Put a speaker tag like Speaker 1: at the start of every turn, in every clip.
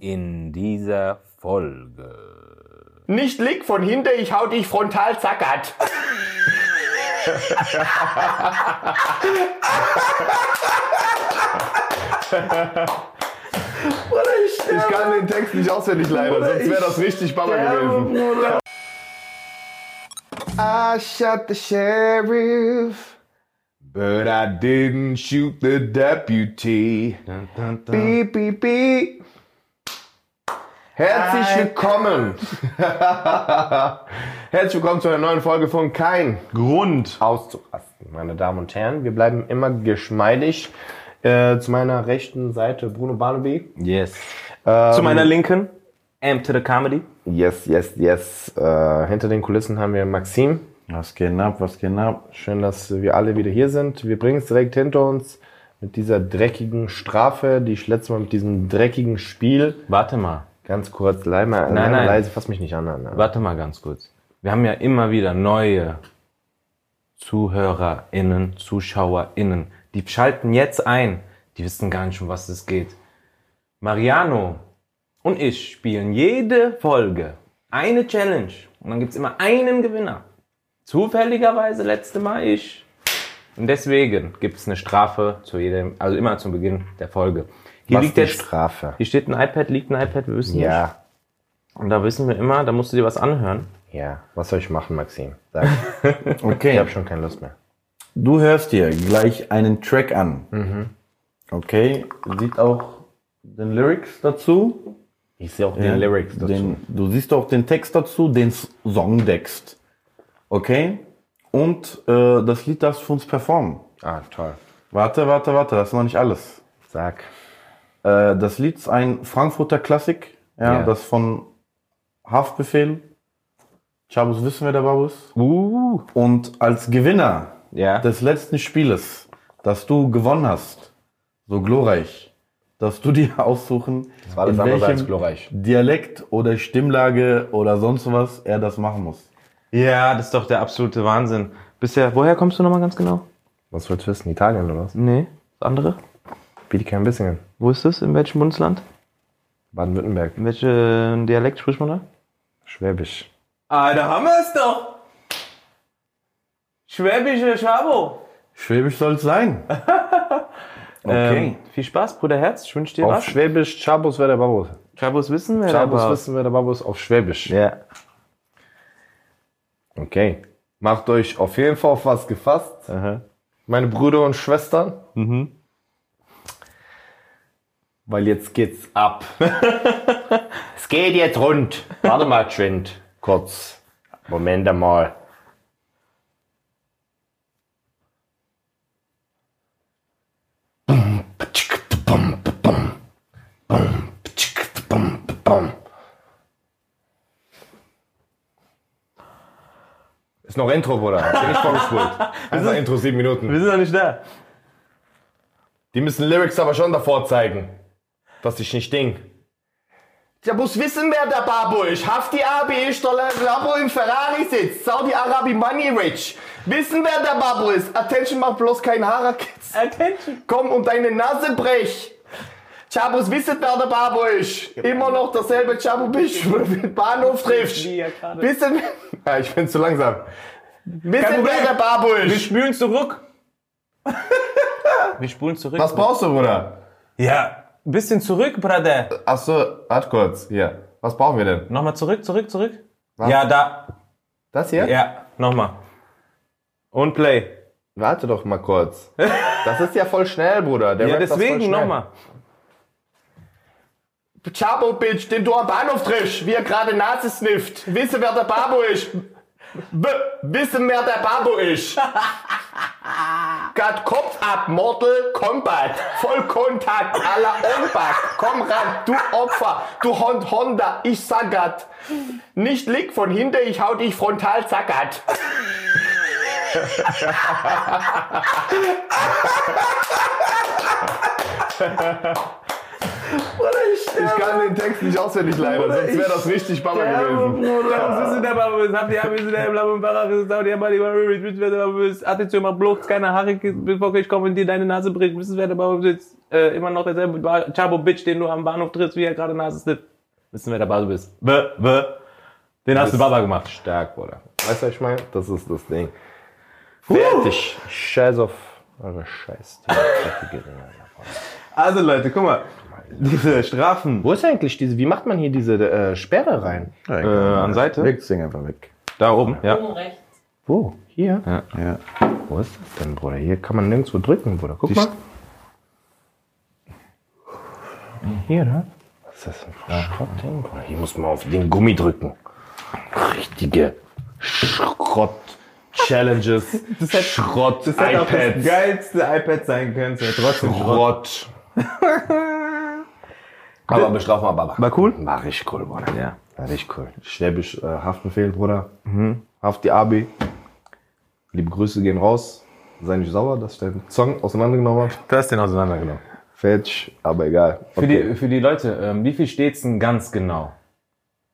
Speaker 1: in dieser Folge.
Speaker 2: Nicht lieg von hinten, ich hau dich frontal zackert. Ich kann den Text nicht auswendig leider, sonst wäre das richtig Baba gewesen. I shot the sheriff, but I didn't shoot the deputy. Beep, beep, beep. Herzlich willkommen. Herzlich willkommen zu einer neuen Folge von Kein
Speaker 3: Grund.
Speaker 2: auszurasten, meine Damen und Herren. Wir bleiben immer geschmeidig. Äh, zu meiner rechten Seite Bruno Barnaby.
Speaker 1: Yes.
Speaker 2: Ähm,
Speaker 3: Zu meiner Linken. M to the Comedy.
Speaker 2: Yes, yes, yes. Äh, hinter den Kulissen haben wir Maxim.
Speaker 3: Was geht denn ab, was geht denn ab?
Speaker 2: Schön, dass wir alle wieder hier sind. Wir bringen es direkt hinter uns mit dieser dreckigen Strafe, die ich letztes Mal mit diesem dreckigen Spiel
Speaker 1: Warte mal,
Speaker 2: ganz kurz leise, nein,
Speaker 1: nein.
Speaker 2: leise, fass mich nicht an. Nein, nein.
Speaker 1: warte mal ganz kurz. Wir haben ja immer wieder neue ZuhörerInnen, ZuschauerInnen. Die schalten jetzt ein. Die wissen gar nicht, um was es geht. Mariano und ich spielen jede Folge eine Challenge. Und dann gibt es immer einen Gewinner. Zufälligerweise letzte Mal ich. Und deswegen gibt es eine Strafe zu jedem, also immer zum Beginn der Folge. Hier
Speaker 2: Was
Speaker 1: liegt
Speaker 2: die
Speaker 1: jetzt,
Speaker 2: Strafe?
Speaker 1: hier steht ein iPad, liegt ein iPad, wir wissen nicht.
Speaker 2: Ja,
Speaker 1: Und da wissen wir immer, da musst du dir was anhören.
Speaker 2: ja. Was soll ich machen, Maxim? Sag, ich
Speaker 3: Okay,
Speaker 2: habe schon keine Lust mehr.
Speaker 3: du hörst dir gleich einen Track an.
Speaker 2: Mhm.
Speaker 3: Okay, sieht auch den Lyrics dazu.
Speaker 2: Ich sehe auch den Lyrics dazu.
Speaker 3: Den, du siehst auch den Text dazu, den S- Songtext. Okay? Und äh, das Lied darfst du für uns performen.
Speaker 2: Ah, toll.
Speaker 3: Warte, warte, warte, das ist noch nicht alles.
Speaker 2: Sag.
Speaker 3: Äh, das Lied ist ein Frankfurter Klassik. Ja,
Speaker 2: Ja.
Speaker 3: das von Haftbefehl. Chabos wissen wir, der Babus.
Speaker 2: Uh.
Speaker 3: Und als Gewinner
Speaker 2: Ja.
Speaker 3: des letzten Spieles, das du gewonnen hast, so glorreich, dass du dir aussuchen,
Speaker 2: Das war alles
Speaker 3: in
Speaker 2: andere als
Speaker 3: welchem
Speaker 2: glorreich.
Speaker 3: Dialekt oder Stimmlage oder sonst was er das machen muss.
Speaker 1: Ja, das ist doch der absolute Wahnsinn. Bisher, woher kommst du nochmal ganz genau?
Speaker 2: Was willst du wissen? Italien oder was?
Speaker 1: Nee, das andere?
Speaker 2: Bietigheim Bissingen.
Speaker 1: Wo ist das? In welchem Bundesland?
Speaker 2: Baden-Württemberg.
Speaker 1: In welchem Dialekt spricht man da?
Speaker 2: Schwäbisch.
Speaker 1: Ah, da haben wir es doch! Schwäbische Schabo!
Speaker 3: Schwäbisch soll es sein.
Speaker 1: Okay. Ähm, viel Spaß, Bruder Herz. Ich wünsche dir
Speaker 2: Auf
Speaker 1: was.
Speaker 2: Schwäbisch, Chabos wäre der Babus.
Speaker 1: Schabos wissen wir
Speaker 2: Chabos wissen wir der Babus auf Schwäbisch.
Speaker 1: Ja.
Speaker 2: Okay. Macht euch auf jeden Fall auf was gefasst. Meine Brüder und Schwestern.
Speaker 1: Mhm.
Speaker 2: Weil jetzt geht's ab. es geht jetzt rund. Warte mal, Trent. Kurz. Moment einmal. Ist noch Intro, Bruder. Hast du nicht vorgespult. Einfach Intro, sieben Minuten.
Speaker 1: Wir sind noch nicht da.
Speaker 2: Die müssen Lyrics aber schon davor zeigen, dass ich nicht ding. Ja, muss wissen, wer der Babo ist. Haft die AB ist, der Labo im Ferrari sitzt. Saudi Arabi Money Rich. Wissen, wer der Babo ist. Attention, mach bloß keinen Harakitz.
Speaker 1: Attention.
Speaker 2: Komm und deine Nase brech. Chabos wissen, wer der Babo ist. Immer noch derselbe Chabo bist, wo du den Bahnhof triffst.
Speaker 1: Wie ja gerade.
Speaker 2: Wissen, ja, ich bin zu langsam. Wissen,
Speaker 1: Problem.
Speaker 2: wer der Babo
Speaker 1: Wir
Speaker 2: ist.
Speaker 1: spülen zurück. wir spulen zurück.
Speaker 2: Was brauchst du, Bruder?
Speaker 1: Ja. Ein bisschen zurück, Bruder.
Speaker 2: Achso, warte kurz. Hier. Was brauchen wir denn?
Speaker 1: Nochmal zurück, zurück, zurück. Ja, da.
Speaker 2: Das hier?
Speaker 1: Ja, nochmal. Und play.
Speaker 2: Warte doch mal kurz. Das ist ja voll schnell, Bruder. Der
Speaker 1: Ja,
Speaker 2: rappt das voll
Speaker 1: deswegen
Speaker 2: schnell.
Speaker 1: nochmal.
Speaker 2: Chabo, Bitch, den du am Bahnhof triffst, wie er gerade Nase snifft. Wissen, wer der Babo ist. B wissen, wer der Babo ist. Gat Kopf ab, Mortal Kombat. Vollkontakt, aller Onback. Komm ran, du Opfer, du Hond Honda, ich sagat. Nicht lieg von hinten, ich hau dich frontal zackert. Ich kann den Text nicht auswendig leider, sonst wäre das richtig Baba gewesen.
Speaker 1: Was ist der Babus? Habt ihr Abis in der Blabum Barach? Ist auch der Bali Barabis? Bist wer der Babus? Attention, mach bloß keine Haare, bevor ich komme und dir deine Nase bricht. Wissen wer der Babus ist? Äh, immer noch derselbe Ba- Chabo Bitch, den du am Bahnhof trittst, wie er gerade Nase snifft. Wissen wer der Babus ist? Bäh, bäh. Den hast du Baba gemacht.
Speaker 2: Stark, Bruder. Weißt du, was ich meine? Das ist das Ding. Fertig. Scheiß auf eure Scheiß.
Speaker 3: Also Leute, guck mal. Diese Strafen.
Speaker 2: Wo ist eigentlich diese, wie macht man hier diese äh, Sperre rein?
Speaker 3: Äh,
Speaker 1: an Seite?
Speaker 3: Weg, sing einfach weg.
Speaker 1: Da oben, ja.
Speaker 4: Oben rechts.
Speaker 2: Wo? Hier?
Speaker 3: Ja.
Speaker 2: Wo ist das denn, Bruder? Hier kann man nirgendwo drücken, Bruder. Guck
Speaker 3: Die
Speaker 2: mal.
Speaker 3: Sch-
Speaker 2: Hier, ne? Was ist das denn für ein Schrottding, Bruder? Hier muss man auf den Gummi drücken. Richtige Schrott-Challenges. Schrott-iPads.
Speaker 1: Das hätte auch das geilste iPad sein können. Es wäre trotzdem Schrott.
Speaker 2: Schrott. Aber bestraf mal Baba.
Speaker 1: War cool?
Speaker 2: War richtig cool, Bruder.
Speaker 1: Ja.
Speaker 2: War richtig cool. Schwäbisch äh, Haftbefehl, Bruder.
Speaker 1: Mhm.
Speaker 2: Haft die AB. Liebe Grüße gehen raus. Sei nicht sauer, dass ich deinen Song auseinandergenommen habe.
Speaker 1: Du hast den auseinandergenommen.
Speaker 2: Fetch, aber egal.
Speaker 1: Für,
Speaker 2: Okay.
Speaker 1: die, für die Leute, ähm, wie viel steht's denn ganz genau?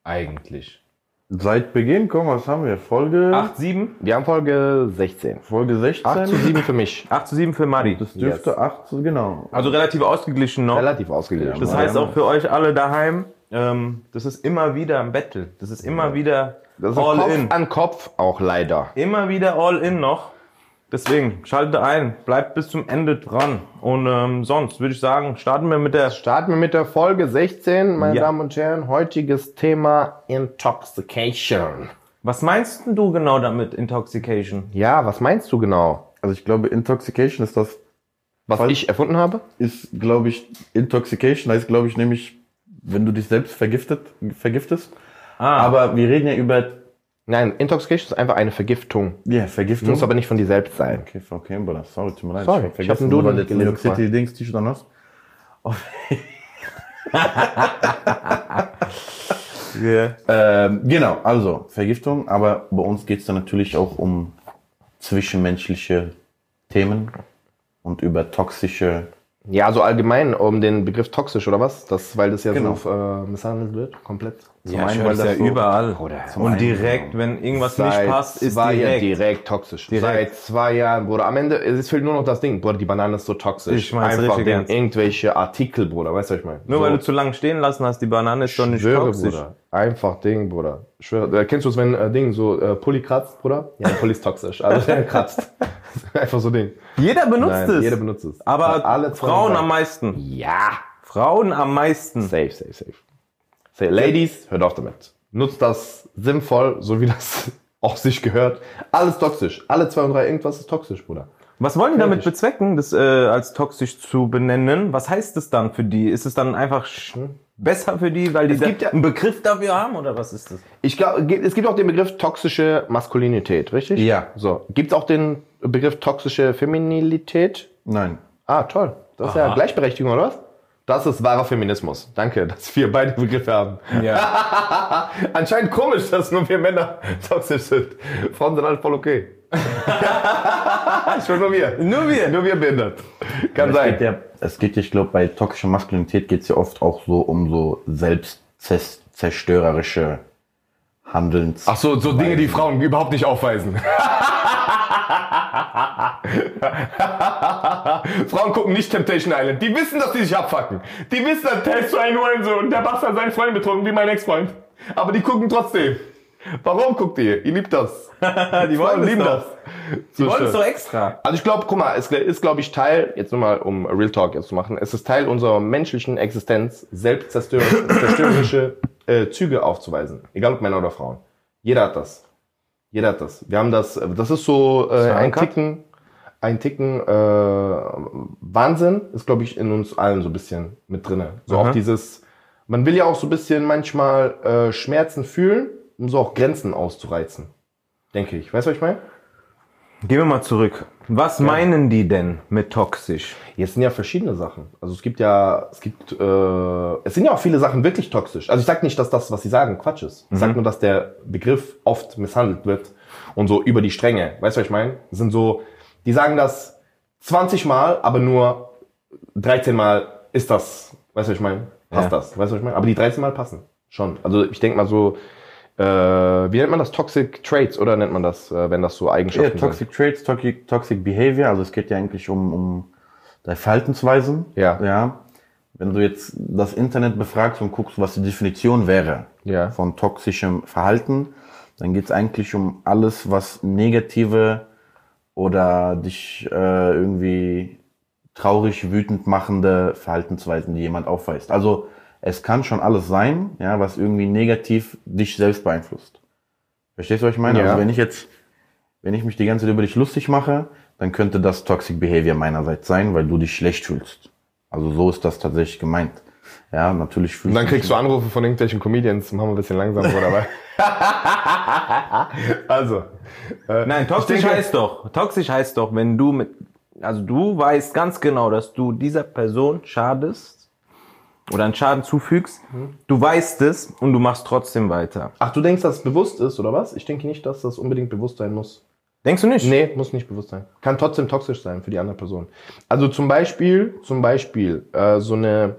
Speaker 1: Eigentlich.
Speaker 3: Seit Beginn, guck mal, was haben wir? Folge,
Speaker 1: 8 zu 7?
Speaker 2: Wir haben Folge 16.
Speaker 3: Folge 16.
Speaker 2: 8 zu 7 für mich.
Speaker 1: 8 zu 7 für Madi.
Speaker 3: Das dürfte
Speaker 2: Yes.
Speaker 3: 8, zu- genau.
Speaker 1: Also relativ ausgeglichen noch.
Speaker 2: Relativ ausgeglichen.
Speaker 1: Das
Speaker 3: Ja,
Speaker 1: heißt
Speaker 3: ja.
Speaker 1: auch für euch alle daheim, ähm, das ist immer wieder ein Battle. Das ist immer wieder
Speaker 2: das ist
Speaker 1: all
Speaker 2: Kopf
Speaker 1: in.
Speaker 2: an Kopf auch leider.
Speaker 1: Immer wieder all in noch. Deswegen, schaltet ein, bleibt bis zum Ende dran. Und ähm, sonst würde ich sagen, starten wir mit der
Speaker 2: Starten wir mit der Folge 16, meine
Speaker 1: Ja.
Speaker 2: Damen und Herren. Heutiges Thema Intoxication.
Speaker 1: Was meinst denn du genau damit, Intoxication?
Speaker 2: Ja, was meinst du genau?
Speaker 3: Also ich glaube, Intoxication ist das,
Speaker 2: Was ich erfunden habe?
Speaker 3: ist, glaube ich, Intoxication heißt, glaube ich, nämlich, wenn du dich selbst vergiftet, vergiftest.
Speaker 1: Ah,
Speaker 3: Aber wir reden ja über,
Speaker 2: Nein, Intoxication ist einfach eine Vergiftung.
Speaker 3: ja, Vergiftung.
Speaker 1: Mhm.
Speaker 2: Muss aber nicht von dir selbst sein.
Speaker 3: Okay, Frau Campbell, sorry, tut mir leid.
Speaker 2: Sorry,
Speaker 3: hab
Speaker 2: ich hab einen
Speaker 3: vergessen,
Speaker 2: Duden
Speaker 3: wo du das New York
Speaker 2: gelesen,
Speaker 3: City Dings T-Shirt an hast.
Speaker 1: yeah.
Speaker 3: Ähm, genau, also Vergiftung, aber bei uns geht es dann natürlich auch um zwischenmenschliche Themen und über toxische.
Speaker 2: Ja, so allgemein um den Begriff toxisch oder was? Das, weil das ja
Speaker 3: Genau.
Speaker 2: so äh, misshandelt wird, komplett.
Speaker 3: Zum
Speaker 1: ja, ich höre
Speaker 3: weil
Speaker 1: das ja
Speaker 3: so-
Speaker 1: überall.
Speaker 2: Bruder,
Speaker 1: Und direkt, wenn irgendwas nicht passt, ist
Speaker 2: zwei
Speaker 1: direkt.
Speaker 2: Jahren direkt toxisch.
Speaker 1: Direkt.
Speaker 2: Seit zwei Jahren, Bruder. Am Ende, es fehlt nur noch das Ding, Bruder, die Banane ist so toxisch.
Speaker 1: Ich mein's
Speaker 2: Einfach
Speaker 1: richtig
Speaker 2: wegen
Speaker 1: ernst.
Speaker 2: irgendwelche Artikel, Bruder, weißt du, was ich meine?
Speaker 1: Nur
Speaker 2: so.
Speaker 1: weil du zu lange stehen lassen hast, die Banane ist schon nicht
Speaker 2: Schwöre,
Speaker 1: toxisch.
Speaker 2: Bruder. Einfach Ding, Bruder. Ich Schwöre. Äh, kennst du es, wenn äh, Ding so äh, Pulli kratzt, Bruder? Ja, Pulli ist toxisch. Also der kratzt. Einfach so Ding.
Speaker 1: Jeder benutzt es.
Speaker 2: jeder benutzt es.
Speaker 1: aber
Speaker 2: alle zwei
Speaker 1: Frauen
Speaker 2: Mal.
Speaker 1: am meisten.
Speaker 2: Ja.
Speaker 1: Frauen am meisten.
Speaker 2: Safe, safe, safe. Say, Ladies, hört auf damit. Nutzt das sinnvoll, so wie das auch sich gehört. Alles toxisch. Alle zwei und drei irgendwas ist toxisch, Bruder.
Speaker 1: Was wollen die damit
Speaker 2: Fertig.
Speaker 1: bezwecken, das äh, als toxisch zu benennen? Was heißt das dann für die? Ist es dann einfach sch- besser für die, weil die
Speaker 2: Es
Speaker 1: da
Speaker 2: gibt ja-
Speaker 1: einen Begriff dafür haben oder was ist das?
Speaker 2: Ich glaube, es gibt auch den Begriff toxische Maskulinität, richtig?
Speaker 3: Ja.
Speaker 2: So. Gibt es auch den Begriff toxische Feminilität?
Speaker 3: Nein.
Speaker 2: Ah, toll. Das ist ja Gleichberechtigung, oder was? Das ist wahrer Feminismus. Danke, dass wir beide Begriffe haben.
Speaker 1: Ja.
Speaker 2: Anscheinend komisch, dass nur wir Männer toxisch sind. Frauen sind halt voll okay. Schon nur wir.
Speaker 1: Nur wir.
Speaker 2: Nur wir behindert. Kann
Speaker 3: Es geht
Speaker 2: sein.
Speaker 3: ja, es geht ja, ich glaube, bei toxischer Maskulinität geht es ja oft auch so um so selbstzerstörerische Handelns.
Speaker 2: Ach so, so Dinge, die Frauen überhaupt nicht aufweisen. Frauen gucken nicht Temptation Island. Die wissen, dass die sich abfacken. Die wissen, dass Tess so ein Hurensohn, der Bastard seinen Freund betrunken, wie mein Ex-Freund. Aber die gucken trotzdem. Warum guckt ihr? Ihr liebt das.
Speaker 1: die
Speaker 2: Frauen
Speaker 1: wollen
Speaker 2: lieben
Speaker 1: es
Speaker 2: das.
Speaker 1: doch.
Speaker 2: So
Speaker 1: Die wollen
Speaker 2: schön.
Speaker 1: es doch extra.
Speaker 2: Also ich glaube, guck mal, es ist, glaube ich, Teil, jetzt nochmal, um Real Talk jetzt zu machen, es ist Teil unserer menschlichen Existenz, selbstzerstörerische äh, Züge aufzuweisen. Egal ob Männer oder Frauen. Jeder hat das. Jeder hat das. Wir haben das, äh, das ist so äh, ein
Speaker 1: verankert?
Speaker 2: Ticken, ein Ticken äh, Wahnsinn ist, glaube ich, in uns allen so ein bisschen mit drinne. So
Speaker 1: Aha.
Speaker 2: auch dieses, man will ja auch so ein bisschen manchmal äh, Schmerzen fühlen, um so auch Grenzen auszureizen. Denke ich. Weißt du, was ich meine?
Speaker 1: Gehen wir mal zurück. Was meinen die denn mit toxisch?
Speaker 2: Jetzt sind ja verschiedene Sachen. Also es gibt ja, es gibt, äh, es sind ja auch viele Sachen wirklich toxisch. Also ich sag nicht, dass das, was sie sagen, Quatsch ist. Ich sag
Speaker 3: Mhm.
Speaker 2: nur, dass der Begriff oft misshandelt wird und so über die Stränge. Weißt du, was ich meine? Das sind so, die sagen das 20 Mal, aber nur 13 Mal ist das Weißt du, was ich meine? Passt
Speaker 1: Ja.
Speaker 2: das? Weißt du, was ich meine? Aber die 13 Mal passen. Schon. Also ich denke mal so, äh, wie nennt man das? Toxic Traits, oder nennt man das, äh, wenn das so
Speaker 3: Ja,
Speaker 2: Eigenschaften
Speaker 3: toxic Traits, toxic, toxic Behavior, also es geht ja eigentlich um, um deine Verhaltensweisen.
Speaker 2: Ja.
Speaker 3: ja. Wenn du jetzt das Internet befragst und guckst, was die Definition wäre
Speaker 2: Ja.
Speaker 3: von toxischem Verhalten, dann geht's eigentlich um alles, was negative oder dich äh, irgendwie traurig, wütend machende Verhaltensweisen, die jemand aufweist. Also es kann schon alles sein, ja, was irgendwie negativ dich selbst beeinflusst. Verstehst du, was ich meine?
Speaker 2: Ja.
Speaker 3: Also wenn ich jetzt, wenn ich mich die ganze Zeit über dich lustig mache, dann könnte das Toxic Behavior meinerseits sein, weil du dich schlecht fühlst. Also so ist das tatsächlich gemeint. Ja, natürlich
Speaker 2: Und
Speaker 3: fühlst
Speaker 2: dann
Speaker 3: dich-
Speaker 2: kriegst du Anrufe von irgendwelchen Comedians, machen wir ein bisschen langsam, oder was? also,
Speaker 1: Nein, toxisch
Speaker 2: denke-
Speaker 1: heißt doch, toxisch heißt doch, wenn du mit, also du weißt ganz genau, dass du dieser Person schadest oder einen Schaden zufügst,
Speaker 2: Mhm.
Speaker 1: du weißt es und du machst trotzdem weiter.
Speaker 2: ach, du denkst, dass es bewusst ist, oder was? Ich denke nicht, dass das unbedingt bewusst sein muss.
Speaker 1: Denkst du nicht?
Speaker 2: Nee, muss nicht bewusst sein. Kann trotzdem toxisch sein für die andere Person. Also zum Beispiel, zum Beispiel, äh, so eine,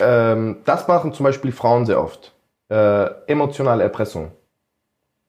Speaker 2: ähm, das machen zum Beispiel Frauen sehr oft. Äh, emotionale Erpressung.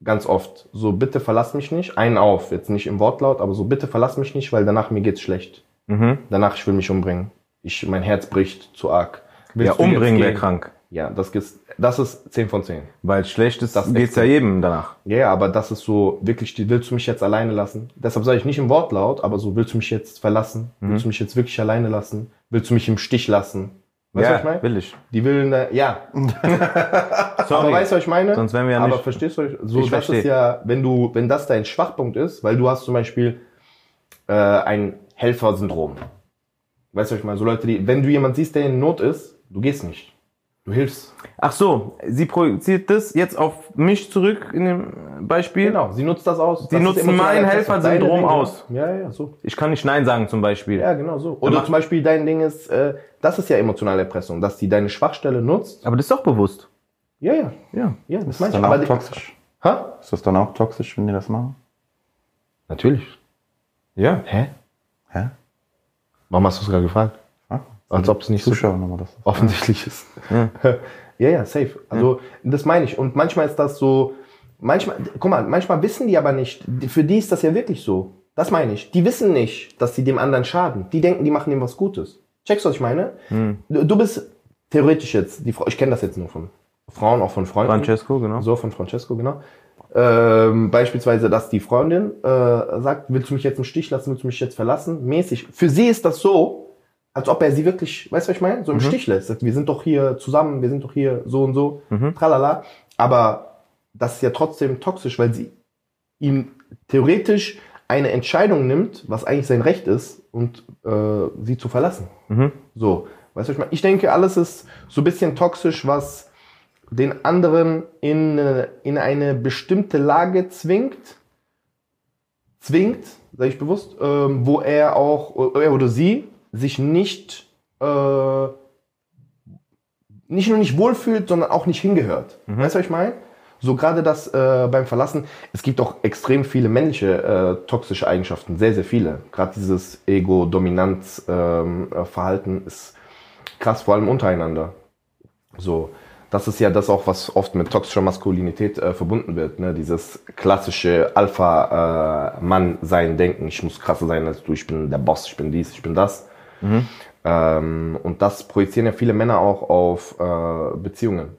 Speaker 2: Ganz oft. So, bitte verlass mich nicht. Einen auf. Jetzt nicht im Wortlaut, aber so, bitte verlass mich nicht, weil danach mir geht's schlecht.
Speaker 1: Mhm.
Speaker 2: Danach, ich will mich umbringen. Ich, mein Herz bricht zu arg.
Speaker 1: Ja,
Speaker 2: Willst du jetzt
Speaker 1: umbringen wäre
Speaker 2: gehen?
Speaker 1: krank.
Speaker 2: Ja, das, gibt's- das ist 10 von 10.
Speaker 1: Weil schlecht ist,
Speaker 2: Das
Speaker 1: das geht's
Speaker 2: extra.
Speaker 1: ja jedem danach.
Speaker 2: Ja, ja, aber das ist so wirklich, die, willst du mich jetzt alleine lassen? Deshalb sage ich nicht im Wortlaut, aber so, willst du mich jetzt verlassen?
Speaker 1: Mhm.
Speaker 2: Willst du mich jetzt wirklich alleine lassen? Willst du mich im Stich lassen? Weißt du, was ich meine?
Speaker 1: will ich.
Speaker 2: Die willen, da- ja,
Speaker 1: Sorry.
Speaker 2: aber weißt du, was ich meine?
Speaker 1: Sonst wären wir ja
Speaker 2: Aber
Speaker 1: nicht-
Speaker 2: verstehst du, so,
Speaker 1: Ich
Speaker 2: das
Speaker 1: versteh.
Speaker 2: ist ja, wenn du, wenn das dein Schwachpunkt ist, weil du hast zum Beispiel äh, ein Helfersyndrom. Weißt du, was ich meine? So Leute, die, wenn du jemand siehst, der in Not ist, du gehst nicht. Du hilfst.
Speaker 1: Ach so, sie projiziert das jetzt auf mich zurück in dem Beispiel.
Speaker 2: Genau, sie nutzt das aus.
Speaker 1: Die
Speaker 2: Das ist
Speaker 1: nutzen
Speaker 2: emotionale
Speaker 1: mein
Speaker 2: Erpressung. Deine
Speaker 1: Helfersyndrom
Speaker 2: Dinge.
Speaker 1: aus.
Speaker 2: Ja, ja, so.
Speaker 1: Ich kann nicht Nein sagen zum Beispiel.
Speaker 2: Ja, genau so. Oder
Speaker 1: mach-
Speaker 2: zum Beispiel dein Ding ist, äh, das ist ja emotionale Erpressung, dass die deine Schwachstelle nutzt.
Speaker 1: Aber das ist doch bewusst.
Speaker 2: Ja, ja,
Speaker 1: Ja.
Speaker 2: ja, das meine
Speaker 3: Ist das
Speaker 2: ich.
Speaker 3: dann
Speaker 2: Aber
Speaker 3: auch
Speaker 2: die,
Speaker 3: toxisch?
Speaker 2: ha?
Speaker 3: Ist das dann auch toxisch, wenn die das machen?
Speaker 2: Natürlich.
Speaker 1: Ja.
Speaker 2: Hä?
Speaker 3: Hä?
Speaker 2: Warum hast du es gerade gefragt?
Speaker 3: Ah,
Speaker 2: Als ob es nicht so
Speaker 3: Zuschauer nochmal das.
Speaker 2: offensichtlich ist.
Speaker 1: Ja.
Speaker 2: ja, ja, safe. Also das meine ich. Und manchmal ist das so, manchmal, guck mal, manchmal wissen die aber nicht, Die- für die ist das ja wirklich so. Das meine ich. Die wissen nicht, dass sie dem anderen schaden. Die denken, die machen dem was Gutes. Checkst du, was ich meine? Du, du bist theoretisch jetzt, die Frau, ich kenne das jetzt nur von Frauen, auch von Freunden.
Speaker 1: Francesco, genau.
Speaker 2: So von Francesco, genau. Ähm, beispielsweise, dass die Freundin äh, sagt, willst du mich jetzt im Stich lassen, willst du mich jetzt verlassen? Mäßig. Für sie ist das so, als ob er sie wirklich, weißt du, was ich meine? So im Stich lässt. Sagt, wir sind doch hier zusammen, wir sind doch hier so und so, tralala. Aber das ist ja trotzdem toxisch, weil sie ihm theoretisch eine Entscheidung nimmt, was eigentlich sein Recht ist, und äh, sie zu verlassen. So, weißt du, was ich meine? Ich denke, alles ist so ein bisschen toxisch, was den anderen in, äh, in eine bestimmte Lage zwingt, zwingt, sage ich bewusst, ähm, wo er auch, äh, er oder sie, sich nicht, äh, nicht nur nicht wohlfühlt, sondern auch nicht hingehört. Weißt du, was ich meine? So gerade das äh, beim Verlassen, es gibt auch extrem viele männliche äh, toxische Eigenschaften, sehr, sehr viele. Gerade dieses Ego-Dominanz-Verhalten ist krass, vor allem untereinander. So, das ist ja das auch, was oft mit toxischer Maskulinität äh, verbunden wird. Ne? Dieses klassische Alpha-Mann-Sein, Denken, ich muss krasser sein als du, ich bin der Boss, ich bin dies, ich bin das. Ähm, und das projizieren ja viele Männer auch auf äh, Beziehungen.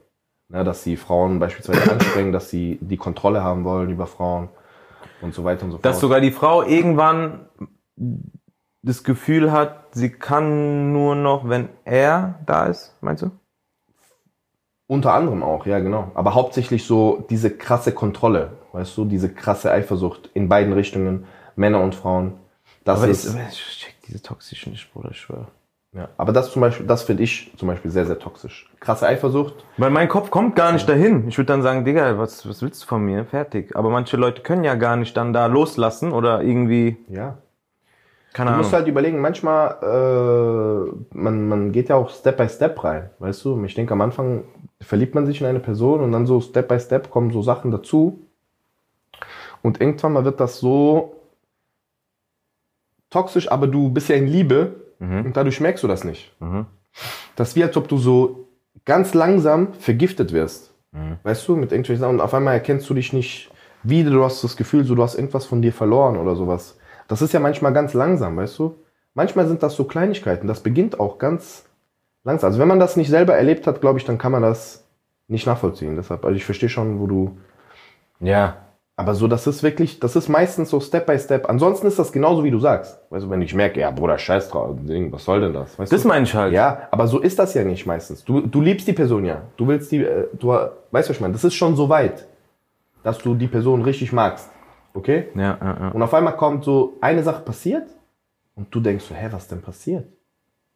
Speaker 2: Ne? Dass sie Frauen beispielsweise anstrengen, dass sie die Kontrolle haben wollen über Frauen und so weiter und so
Speaker 1: Dass
Speaker 2: fort.
Speaker 1: sogar die Frau irgendwann das Gefühl hat, sie kann nur noch, wenn er da ist, meinst du?
Speaker 2: Unter anderem auch, ja, genau. Aber hauptsächlich so diese krasse Kontrolle, weißt du, diese krasse Eifersucht in beiden Richtungen, Männer und Frauen. Das
Speaker 1: Aber ich,
Speaker 2: ist,
Speaker 1: ich check diese toxischen nicht, Bruder, ich schwöre.
Speaker 2: ja. aber das zum Beispiel, das finde ich zum Beispiel sehr, sehr toxisch. Krasse Eifersucht.
Speaker 1: Weil mein Kopf kommt gar nicht dahin. Ich würde dann sagen, Digga, was, was willst du von mir? Fertig. Aber manche Leute können ja gar nicht dann da loslassen oder irgendwie,
Speaker 2: Ja.
Speaker 1: keine
Speaker 2: Du
Speaker 1: Ahnung.
Speaker 2: musst halt überlegen, manchmal, äh, man, man geht ja auch Step by Step rein, weißt du? Und Ich denke, am Anfang verliebt man sich in eine Person und dann so Step by Step kommen so Sachen dazu. Und irgendwann mal wird das so toxisch, aber du bist ja in Liebe und dadurch merkst du das nicht. Das ist wie, als ob du so ganz langsam vergiftet wirst. Weißt du, mit irgendwelchen Sachen. Und auf einmal erkennst du dich nicht wieder. Du hast das Gefühl, so, du hast irgendwas von dir verloren oder sowas. Das ist ja manchmal ganz langsam, weißt du? Manchmal sind das so Kleinigkeiten. Das beginnt auch ganz langsam. Also wenn man das nicht selber erlebt hat, glaube ich, dann kann man das nicht nachvollziehen. Deshalb, also ich verstehe schon, wo du
Speaker 1: Ja.
Speaker 2: aber so, das ist wirklich, das ist meistens so Step by Step. Ansonsten ist das genauso, wie du sagst. Weißt du, wenn ich merke, ja, Bruder, scheiß drauf, Ding, was soll denn das? Weißt
Speaker 1: Das
Speaker 2: du?
Speaker 1: meine ich halt.
Speaker 2: Ja, aber so ist das ja nicht meistens. Du, du liebst die Person ja. Du willst die, äh, du weißt, was ich meine. Das ist schon so weit, dass du die Person richtig magst. Okay?
Speaker 1: Ja, ja, ja.
Speaker 2: Und auf einmal kommt so, eine Sache passiert und du denkst so, hä, was denn passiert?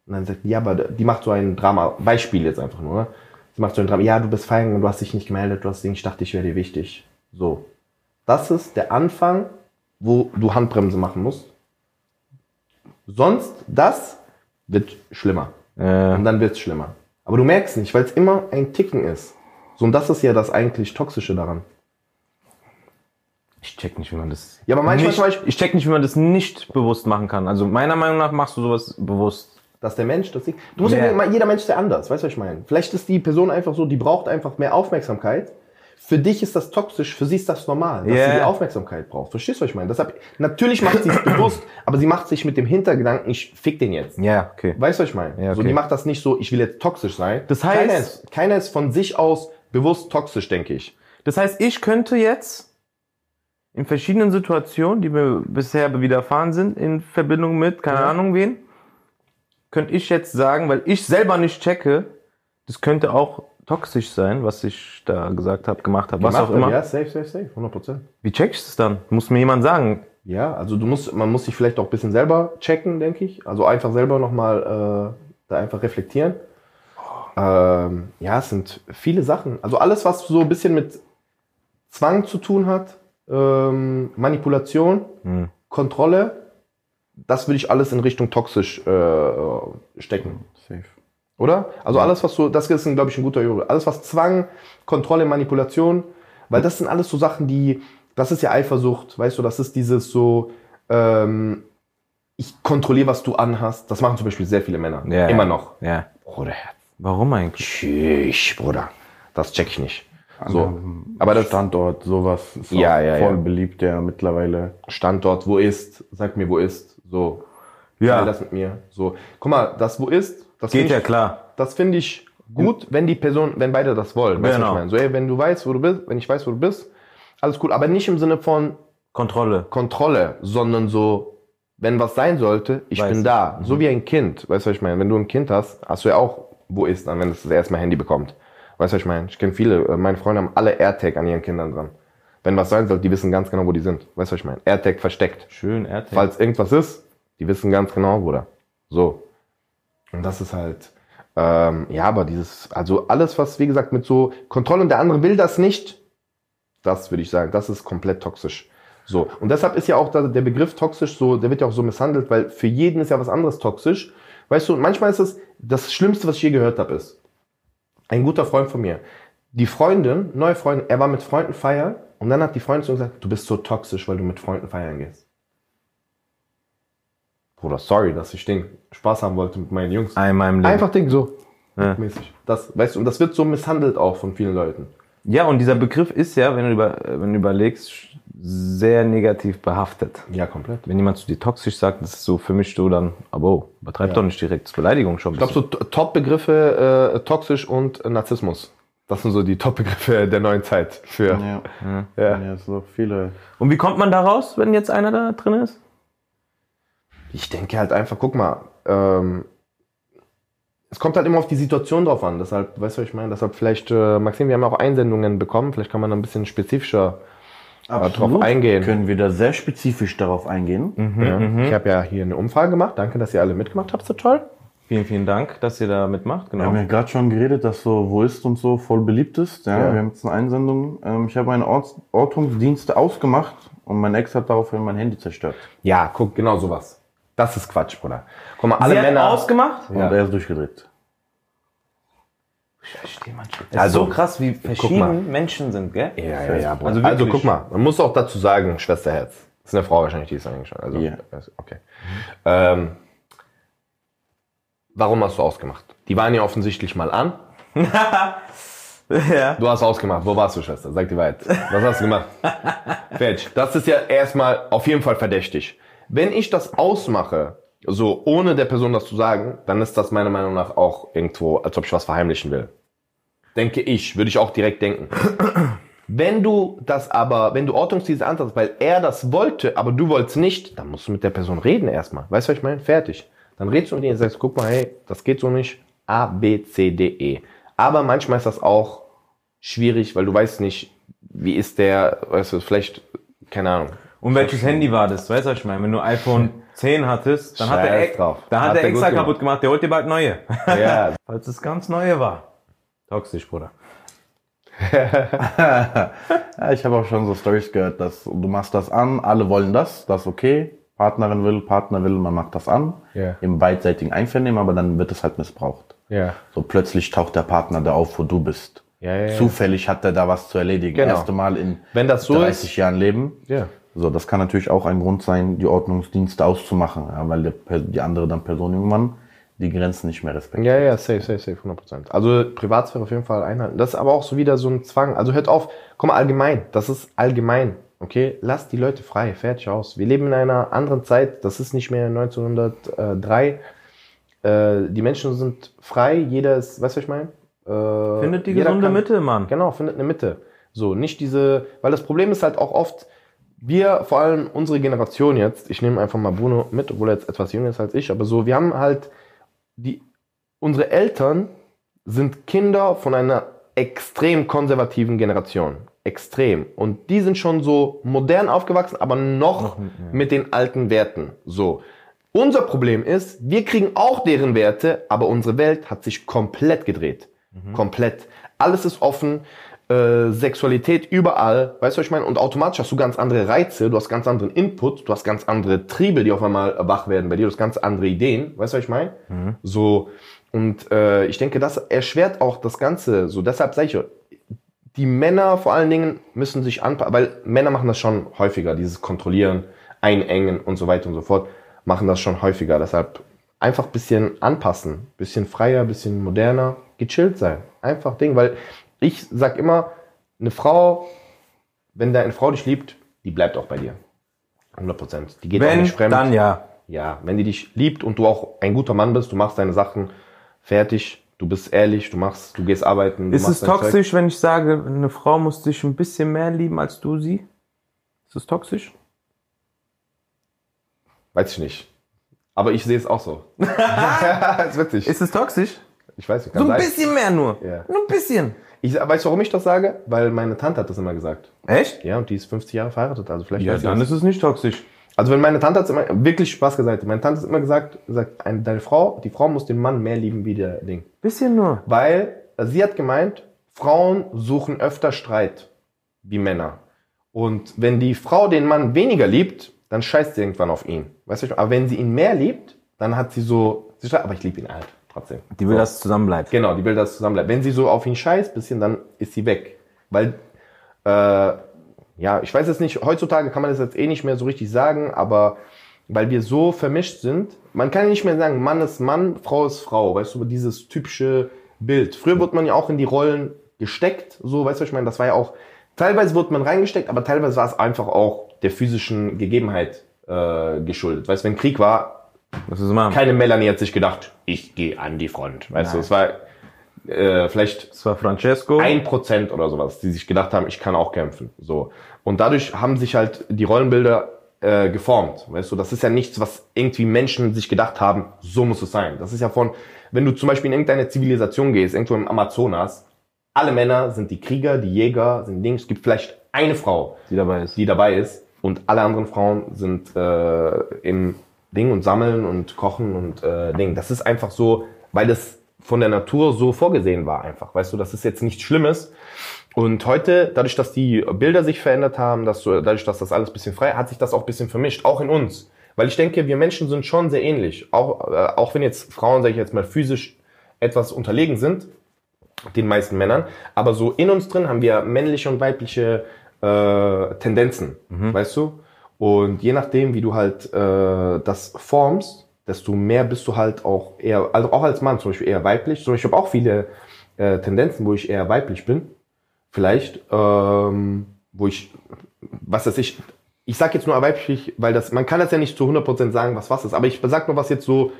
Speaker 2: Und dann sagt, die, ja, aber die macht so ein Drama, Beispiel jetzt einfach nur, ne? Sie macht so ein Drama, ja, du bist fein und du hast dich nicht gemeldet, du hast Ding, ich dachte, ich wäre dir wichtig. So. Das ist der Anfang, wo du Handbremse machen musst. Sonst, das wird schlimmer.
Speaker 1: Äh,
Speaker 2: Und dann wird's schlimmer. Aber du merkst nicht, weil es immer ein Ticken ist. So, und das ist ja das eigentlich Toxische daran.
Speaker 1: Ich check nicht, wie man das.
Speaker 2: Ja, aber manchmal
Speaker 1: nicht,
Speaker 2: zum Beispiel-
Speaker 1: Ich check nicht, wie man das nicht bewusst machen kann. Also meiner Meinung nach machst du sowas bewusst.
Speaker 2: dass der Mensch das sieht. Du musst
Speaker 1: Ja.
Speaker 2: ja denken, jeder Mensch ist ja anders, weißt du, was ich meine? Vielleicht ist die Person einfach so, die braucht einfach mehr Aufmerksamkeit. Für dich ist das toxisch, für sie ist das normal, dass
Speaker 1: Ja.
Speaker 2: sie die Aufmerksamkeit braucht. Verstehst du, was ich meine? Deshalb, natürlich macht sie es bewusst, aber sie macht sich mit dem Hintergedanken, ich fick den jetzt.
Speaker 1: Ja, okay.
Speaker 2: Weißt du, was ich meine?
Speaker 1: Ja,
Speaker 2: So,
Speaker 1: okay.
Speaker 2: die macht das nicht so, ich will jetzt toxisch sein.
Speaker 1: Das heißt-
Speaker 2: Keiner ist, keiner ist von sich aus bewusst toxisch, denke ich.
Speaker 1: Das heißt, ich könnte jetzt in verschiedenen Situationen, die mir bisher widerfahren sind, in Verbindung mit, keine Ahnung wen, könnte ich jetzt sagen, weil ich selber nicht checke, das könnte auch toxisch sein, was ich da gesagt habe, gemacht habe, was
Speaker 2: Gemacht,
Speaker 1: auch immer.
Speaker 2: Ja, safe, safe, safe, 100 Prozent.
Speaker 1: Wie check ich das dann? Muss mir jemand sagen.
Speaker 2: Ja, also du musst, man muss sich vielleicht auch ein bisschen selber checken, denke ich. Also einfach selber nochmal äh, da einfach reflektieren. Ähm, ja, es sind viele Sachen. Also alles, was so ein bisschen mit Zwang zu tun hat, ähm, Manipulation,
Speaker 1: Hm.
Speaker 2: Kontrolle, das würde ich alles in Richtung toxisch äh, stecken.
Speaker 3: Safe.
Speaker 2: Oder? Also alles, was so, das ist, glaube ich, ein guter Jure. Alles, was Zwang, Kontrolle, Manipulation, weil das sind alles so Sachen, die, das ist ja Eifersucht, weißt du, das ist dieses so, ähm, ich kontrolliere, was du anhast. Das machen zum Beispiel sehr viele Männer.
Speaker 1: Ja,
Speaker 2: Immer
Speaker 1: ja.
Speaker 2: noch.
Speaker 1: Ja.
Speaker 2: Bruder,
Speaker 1: Warum eigentlich?
Speaker 2: tschüss, Bruder. Das check ich nicht. So.
Speaker 3: Aber das Standort, sowas ist
Speaker 2: Ja,
Speaker 3: auch
Speaker 2: ja,
Speaker 3: voll
Speaker 2: ja.
Speaker 3: beliebt ja mittlerweile.
Speaker 2: Standort, wo ist? Sag mir, wo ist? So. Teil
Speaker 1: Ja,
Speaker 2: Das mit mir. So. Guck mal, das wo ist? Das
Speaker 1: geht
Speaker 2: find
Speaker 1: ja
Speaker 2: ich-
Speaker 1: klar.
Speaker 2: das finde ich gut, wenn die Person, wenn beide das wollen. Weißt du,
Speaker 1: Genau.
Speaker 2: was ich meine? So, ey, wenn du weißt, wo du bist, wenn ich weiß, wo du bist, alles cool. Aber nicht im Sinne von
Speaker 1: Kontrolle.
Speaker 2: Kontrolle, sondern so, wenn was sein sollte, ich
Speaker 1: Weiß
Speaker 2: bin
Speaker 1: ich. Mhm.
Speaker 2: da. So wie ein Kind. Weißt du, was ich meine? Wenn du ein Kind hast, hast du ja auch, wo ist dann, wenn es das erste Mal Handy bekommt. Weißt du, was ich meine? Ich kenne viele, äh, meine Freunde haben alle AirTag an ihren Kindern dran. Wenn was sein sollte, die wissen ganz genau, wo die sind. Weißt du, was ich meine? AirTag versteckt.
Speaker 1: Schön, RTL.
Speaker 2: Falls irgendwas ist, die wissen ganz genau, Bruder. So. Und das ist halt, ähm, ja, aber dieses, also alles, was, wie gesagt, mit so Kontrolle und der andere will das nicht, das würde ich sagen, das ist komplett toxisch. So. Und deshalb ist ja auch da, der Begriff toxisch so, der wird ja auch so misshandelt, weil für jeden ist ja was anderes toxisch. Weißt du, und manchmal ist es, das Schlimmste, was ich je gehört habe, ist, ein guter Freund von mir, die Freundin, neue Freundin, er war mit Freunden feiern und dann hat die Freundin zu ihm gesagt, du bist so toxisch, weil du mit Freunden feiern gehst. Bruder, sorry, dass ich den Spaß haben wollte mit meinen Jungs.
Speaker 1: Einmal im Leben.
Speaker 2: Einfach Ding so.
Speaker 1: Ja.
Speaker 2: Mäßig. Das, weißt du, und das wird so misshandelt auch von vielen Leuten.
Speaker 1: Ja, und dieser Begriff ist ja, wenn du, über, äh, wenn du überlegst, sch- sehr negativ behaftet.
Speaker 2: Ja, komplett.
Speaker 1: Wenn jemand zu dir toxisch sagt, das ist so für mich so dann, aber oh, übertreib doch nicht direkt, das ist Beleidigung schon. ein
Speaker 2: Ich glaube, so t- Top-Begriffe äh, toxisch und äh, Narzissmus. Das sind so die Top-Begriffe der neuen Zeit für.
Speaker 3: Ja. Ja.
Speaker 2: Ja.
Speaker 3: so viele.
Speaker 1: bisschen. Und wie kommt man da raus, wenn jetzt einer da drin ist?
Speaker 2: Ich denke halt einfach, guck mal, ähm, es kommt halt immer auf die Situation drauf an. Deshalb, weißt du, was ich meine? Deshalb vielleicht, äh, Maxim, wir haben ja auch Einsendungen bekommen. Vielleicht kann man da ein bisschen spezifischer äh, drauf eingehen. Mhm.
Speaker 3: Können wir da sehr spezifisch darauf eingehen.
Speaker 2: ja. Ich habe ja hier eine Umfrage gemacht. Danke, dass ihr alle mitgemacht habt. So toll.
Speaker 1: Vielen, vielen Dank, dass ihr da mitmacht.
Speaker 3: Wir
Speaker 1: Genau.
Speaker 3: haben ja gerade schon geredet, dass so Wo ist und so voll beliebt ist. Ja,
Speaker 2: Ja.
Speaker 3: Wir haben jetzt eine Einsendung. Ähm, ich habe meine Orts Ortungsdienste ausgemacht und mein Ex hat daraufhin mein Handy zerstört.
Speaker 2: Ja, guck, genau sowas. Das ist Quatsch, Bruder. Guck mal, alle
Speaker 1: Sie
Speaker 2: Männer.
Speaker 1: hat ausgemacht?
Speaker 3: Und er ist durchgedreht.
Speaker 1: Ich verstehe manchmal.
Speaker 2: Also-
Speaker 1: Also, so krass, wie
Speaker 2: mal.
Speaker 1: verschieden Menschen sind, gell?
Speaker 2: Ja, ja, ja, Bruder.
Speaker 1: Also
Speaker 2: Also,
Speaker 1: wirklich.
Speaker 2: guck mal, man muss auch dazu sagen, Schwesterherz. Ist eine Frau wahrscheinlich, die ist eingeschaltet. Also,
Speaker 3: Ja.
Speaker 2: also, okay. Ähm, Warum hast du ausgemacht? Die waren ja offensichtlich mal an.
Speaker 1: Ja.
Speaker 2: Du hast ausgemacht. Wo warst du, Schwester? Sag die Wahrheit. Was hast du gemacht? Fetch. Das ist ja erstmal auf jeden Fall verdächtig. Wenn ich das ausmache, so ohne der Person das zu sagen, dann ist das meiner Meinung nach auch irgendwo, als ob ich was verheimlichen will. Denke ich, würde ich auch direkt denken. Wenn du das aber, wenn du Ordnungsdienst antrittst, weil er das wollte, aber du wolltest nicht, dann musst du mit der Person reden erstmal. Weißt du, was ich meine? Fertig. Dann redest du mit ihr und sagst, guck mal, hey, das geht so nicht. A, B, C, D, E. Aber manchmal ist das auch schwierig, weil du weißt nicht, wie ist der, weißt du, vielleicht, keine Ahnung.
Speaker 1: Und welches Handy war das? Weißt du, was ich meine? Wenn du iPhone 10 hattest, dann hat
Speaker 2: Scheiß
Speaker 1: er,
Speaker 2: drauf.
Speaker 1: Dann hat
Speaker 2: Hat
Speaker 1: er
Speaker 2: er
Speaker 1: extra
Speaker 2: gut gemacht.
Speaker 1: kaputt gemacht. Der holt dir bald neue.
Speaker 2: Ja,
Speaker 1: Falls es ganz neue war. Toxisch, Bruder.
Speaker 3: Ja, ich habe auch schon so Stories gehört, dass du machst das an, alle wollen das, das ist okay. Partnerin will, Partner will, man macht das an.
Speaker 2: Ja.
Speaker 3: Im beidseitigen Einvernehmen, aber dann wird es halt missbraucht.
Speaker 2: ja.
Speaker 3: So plötzlich taucht der Partner da auf, wo du bist.
Speaker 2: Ja, ja, ja.
Speaker 3: Zufällig hat er da was zu erledigen.
Speaker 2: Genau.
Speaker 3: Erste Mal in
Speaker 2: Wenn das so
Speaker 3: 30 Jahren Leben.
Speaker 2: Ja.
Speaker 3: So, das kann natürlich auch ein Grund sein, die Ordnungsdienste auszumachen, ja, weil der, Per- die andere dann Person irgendwann die Grenzen nicht mehr respektiert.
Speaker 2: Ja, ja, safe, safe, safe, 100%. Also Privatsphäre auf jeden Fall einhalten. Das ist aber auch so wieder so ein Zwang. Also hört auf, komm mal allgemein, das ist allgemein, okay? Lass die Leute frei, fertig aus. Wir leben in einer anderen Zeit, das ist nicht mehr 1903. Äh, die Menschen sind frei, jeder ist, weißt du, was ich meine? Äh,
Speaker 1: Findet die
Speaker 2: jeder
Speaker 1: gesunde
Speaker 2: kann-
Speaker 1: Mitte, Mann.
Speaker 2: Genau, findet eine Mitte. So, nicht diese, weil das Problem ist halt auch oft, wir, vor allem unsere Generation jetzt, ich nehme einfach mal Bruno mit, obwohl er jetzt etwas jünger ist als ich, aber so, wir haben halt die, unsere Eltern sind Kinder von einer extrem konservativen Generation. Extrem. Und die sind schon so modern aufgewachsen, aber noch mit den alten Werten. So. Unser Problem ist, wir kriegen auch deren Werte, aber unsere Welt hat sich komplett gedreht. Komplett. Alles ist offen, äh, Sexualität überall, weißt du, was ich meine? Und automatisch hast du ganz andere Reize, du hast ganz anderen Input, du hast ganz andere Triebe, die auf einmal wach werden bei dir, du hast ganz andere Ideen, weißt du, was ich meine? So, und äh, ich denke, das erschwert auch das Ganze. So, deshalb sage ich, ja, die Männer vor allen Dingen müssen sich anpassen, weil Männer machen das schon häufiger, dieses Kontrollieren, Einengen und so weiter und so fort, machen das schon häufiger. Deshalb einfach bisschen anpassen, bisschen freier, bisschen moderner, gechillt sein. Einfach Ding, weil ich sag immer, eine Frau, wenn deine Frau dich liebt, die bleibt auch bei dir. 100 Prozent. Die geht auch
Speaker 1: Wenn,
Speaker 2: nicht fremd.
Speaker 1: dann ja.
Speaker 2: Ja, wenn die dich liebt und du auch ein guter Mann bist, du machst deine Sachen fertig, du bist ehrlich, du machst, du gehst arbeiten. Du
Speaker 1: Ist es
Speaker 2: machst dein Zeug.
Speaker 1: toxisch, wenn ich sage, eine Frau muss dich ein bisschen mehr lieben als du sie? Ist es toxisch?
Speaker 2: Weiß ich nicht. Aber ich sehe es auch so. ist witzig.
Speaker 1: Ist es toxisch?
Speaker 2: ich weiß nicht.
Speaker 1: So
Speaker 2: Kann
Speaker 1: ein
Speaker 2: sein.
Speaker 1: bisschen mehr nur.
Speaker 2: Ja.
Speaker 1: Nur ein bisschen.
Speaker 2: Ich weiß, warum ich das sage? Weil meine Tante hat das immer gesagt.
Speaker 1: Echt?
Speaker 2: Ja, und die ist 50 Jahre verheiratet, also vielleicht.
Speaker 1: Ja,
Speaker 2: weiß sie
Speaker 1: dann
Speaker 2: das.
Speaker 1: ist es nicht toxisch.
Speaker 2: also wenn meine Tante hat immer wirklich Spaß gesagt, meine Tante hat immer gesagt, sagt, eine, deine Frau, die Frau muss den Mann mehr lieben wie der Ding.
Speaker 1: Bisschen nur.
Speaker 2: Weil äh, sie hat gemeint, Frauen suchen öfter Streit wie Männer. Und wenn die Frau den Mann weniger liebt, dann scheißt sie irgendwann auf ihn. Weißt du, aber wenn sie ihn mehr liebt, dann hat sie so, sie schreit, aber ich liebe ihn halt trotzdem.
Speaker 1: Die will,
Speaker 2: so.
Speaker 1: dass es zusammenbleibt.
Speaker 2: Genau, die will, dass es zusammenbleibt. Wenn sie so auf ihn scheißt, bisschen, dann ist sie weg. Weil, äh, ja, ich weiß jetzt nicht, heutzutage kann man das jetzt eh nicht mehr so richtig sagen, aber weil wir so vermischt sind, man kann ja nicht mehr sagen, Mann ist Mann, Frau ist Frau, weißt du, dieses typische Bild. Früher wurde man ja auch in die Rollen gesteckt, so, weißt du, was ich meine, das war ja auch, teilweise wurde man reingesteckt, aber teilweise war es einfach auch der physischen Gegebenheit äh, geschuldet. Weißt du, wenn Krieg war,
Speaker 1: Was ist machen?
Speaker 2: keine Melanie hat sich gedacht, ich gehe an die Front. Weißt du, es war äh, vielleicht
Speaker 1: Das war Francesco.
Speaker 2: ein Prozent oder sowas, die sich gedacht haben, ich kann auch kämpfen. So. Und dadurch haben sich halt die Rollenbilder äh, geformt. Weißt du, das ist ja nichts, was irgendwie Menschen sich gedacht haben, so muss es sein. Das ist ja von, wenn du zum Beispiel in irgendeine Zivilisation gehst, irgendwo im Amazonas, alle Männer sind die Krieger, die Jäger, sind Dings. Es gibt vielleicht eine Frau,
Speaker 1: die dabei ist.
Speaker 2: die dabei ist. Und alle anderen Frauen sind äh, im Ding und sammeln und kochen und äh, Ding. Das ist einfach so, weil das von der Natur so vorgesehen war einfach. Weißt du, das ist jetzt nichts Schlimmes. Und heute, dadurch, dass die Bilder sich verändert haben, dass, so- dadurch, dass das alles ein bisschen frei, hat sich das auch ein bisschen vermischt, auch in uns. Weil ich denke, wir Menschen sind schon sehr ähnlich. Auch, äh, auch wenn jetzt Frauen, sage ich jetzt mal, physisch etwas unterlegen sind, den meisten Männern. Aber so in uns drin haben wir männliche und weibliche äh, Tendenzen, weißt du? Und je nachdem, wie du halt äh, das formst, desto mehr bist du halt auch eher, also auch als Mann zum Beispiel eher weiblich. Zum Beispiel habe auch viele äh, Tendenzen, wo ich eher weiblich bin. Vielleicht, ähm, wo ich, was das ich, ich sag jetzt nur weiblich, weil das, man kann das ja nicht zu 100% sagen, was was ist. Aber ich sag nur, was jetzt so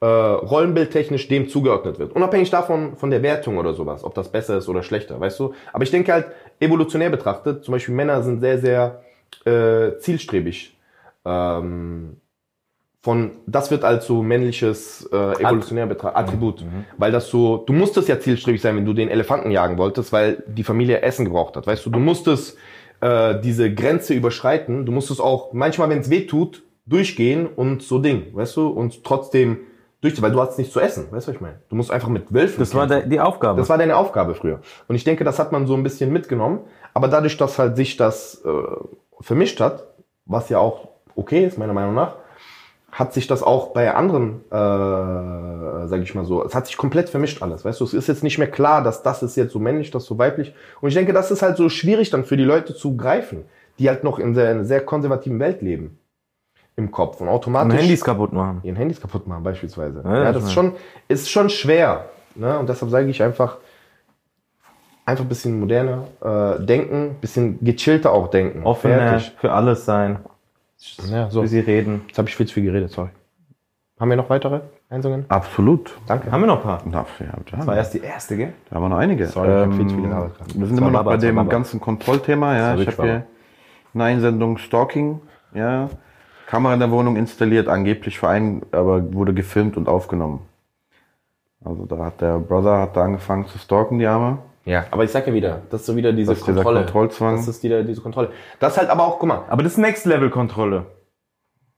Speaker 2: äh, rollenbildtechnisch dem zugeordnet wird. Unabhängig davon, von der Wertung oder sowas, ob das besser ist oder schlechter, weißt du? Aber ich denke halt, evolutionär betrachtet, zum Beispiel Männer sind sehr, sehr äh, zielstrebig. Ähm, von, das wird als so männliches äh, evolutionär
Speaker 1: Mhm.
Speaker 2: betrachtet, Attribut. Weil das so, du musstest ja zielstrebig sein, wenn du den Elefanten jagen wolltest, weil die Familie Essen gebraucht hat, weißt du? Du musstest äh, diese Grenze überschreiten, du musstest auch manchmal, wenn es weh tut, durchgehen und so Ding, weißt du? Und trotzdem durch, weil du hast nichts zu essen, weißt du, was ich meine? Du musst einfach mit Wölfen
Speaker 1: Das war
Speaker 2: kämpfen.
Speaker 1: de- die Aufgabe.
Speaker 2: Das war deine Aufgabe früher. Und ich denke, das hat man so ein bisschen mitgenommen. Aber dadurch, dass halt sich das äh, vermischt hat, was ja auch okay ist, meiner Meinung nach, hat sich das auch bei anderen, äh, sage ich mal so, es hat sich komplett vermischt alles, weißt du, es ist jetzt nicht mehr klar, dass das ist jetzt so männlich, das ist so weiblich und ich denke, das ist halt so schwierig dann für die Leute zu greifen, die halt noch in sehr, einer sehr konservativen Welt leben im Kopf und
Speaker 1: und
Speaker 2: automatisch
Speaker 1: Handys kaputt machen.
Speaker 2: ihren Handys kaputt machen beispielsweise.
Speaker 1: Ja,
Speaker 2: Ja,
Speaker 1: das
Speaker 2: das ist schon, ist schon schwer. Ne? Und deshalb sage ich einfach, einfach ein bisschen moderner äh, denken, bisschen gechillter auch denken.
Speaker 1: Offener
Speaker 2: Fertig.
Speaker 1: für alles sein,
Speaker 2: Ja, so.
Speaker 1: für
Speaker 2: Jetzt
Speaker 1: sie reden.
Speaker 2: habe ich viel zu viel geredet, sorry. Haben wir noch weitere Einsungen?
Speaker 3: Absolut.
Speaker 2: Danke.
Speaker 1: Haben wir noch ein paar?
Speaker 3: Na, halt, ja, da,
Speaker 1: Das
Speaker 3: haben
Speaker 1: war
Speaker 3: wir-
Speaker 1: erst die erste, gell?
Speaker 3: da haben wir noch einige. Ähm,
Speaker 2: Sorry, ich hab viel zu viel geredet gerade.
Speaker 3: wir sind
Speaker 2: Zwei
Speaker 3: immer noch
Speaker 2: Baba,
Speaker 3: bei
Speaker 2: zwei
Speaker 3: dem
Speaker 2: Baba.
Speaker 3: ganzen Kontrollthema. Ja,
Speaker 2: Sorry,
Speaker 3: ich habe
Speaker 2: Schwabe.
Speaker 3: hier eine Einsendung Stalking. Ja, Kamera in der Wohnung installiert, angeblich für einen, aber wurde gefilmt und aufgenommen. Also da hat der Brother hat da angefangen zu stalken, die Arme.
Speaker 2: Ja. Aber ich sag ja wieder, das ist so wieder diese
Speaker 3: Das ist dieser Kontrollzwang.
Speaker 2: Das ist wieder diese Kontrolle. Das ist halt aber auch, guck mal.
Speaker 1: Aber das ist Next-Level-Kontrolle.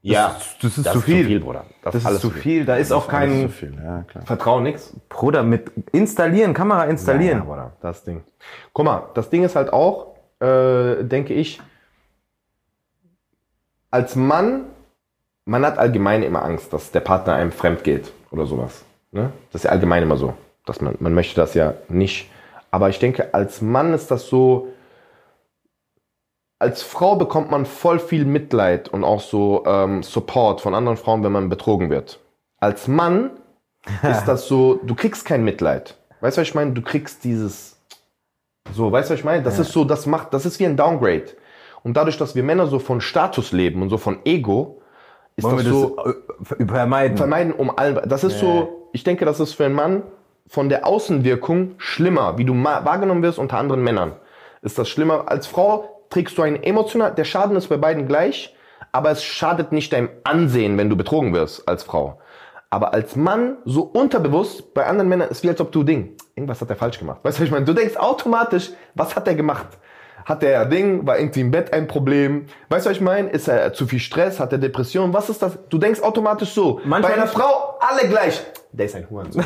Speaker 2: Ja,
Speaker 1: das ist zu viel.
Speaker 2: Bruder.
Speaker 1: Das, ist zu viel. Da ist auch
Speaker 3: Alles zu
Speaker 1: kein...
Speaker 3: viel, ja klar.
Speaker 2: Vertrauen nix.
Speaker 1: Bruder, mit installieren, Kamera installieren.
Speaker 2: Ja, Bruder, das Ding. Guck mal, das Ding ist halt auch, äh, denke ich, als Mann, man hat allgemein immer Angst, dass der Partner einem fremd geht oder sowas. Ne? Das ist ja allgemein immer so. Dass man, man möchte das ja nicht. Aber ich denke, als Mann ist das so, als Frau bekommt man voll viel Mitleid und auch so ähm, Support von anderen Frauen, wenn man betrogen wird. Als Mann ist das so, du kriegst kein Mitleid. Weißt du, was ich meine? Du kriegst dieses. So, weißt du, was ich meine? Das ist so, das macht, das ist wie ein Downgrade. Und dadurch, dass wir Männer so von Status leben und so von Ego, ist
Speaker 1: Wollen
Speaker 2: das
Speaker 1: wir das
Speaker 2: so
Speaker 1: äh, vermeiden?
Speaker 2: vermeiden um all. Das ist so, ich denke, das ist für einen Mann von der Außenwirkung schlimmer, wie du ma- wahrgenommen wirst unter anderen Männern. Ist das schlimmer? Als Frau trägst du einen emotional, der Schaden ist bei beiden gleich, aber es schadet nicht deinem Ansehen, wenn du betrogen wirst als Frau. Aber als Mann, so unterbewusst, bei anderen Männern ist wie als ob du Ding, irgendwas hat er falsch gemacht. Weißt du, was ich meine? Du denkst automatisch, was hat er gemacht? Hat er Ding, war irgendwie im Bett ein Problem? Weißt du, was ich meine? Ist er zu viel Stress? Hat er Depression? Was ist das? Du denkst automatisch so.
Speaker 1: Manchmal
Speaker 2: bei einer
Speaker 1: nicht.
Speaker 2: Frau, alle gleich. Der ist ein Hurensohn.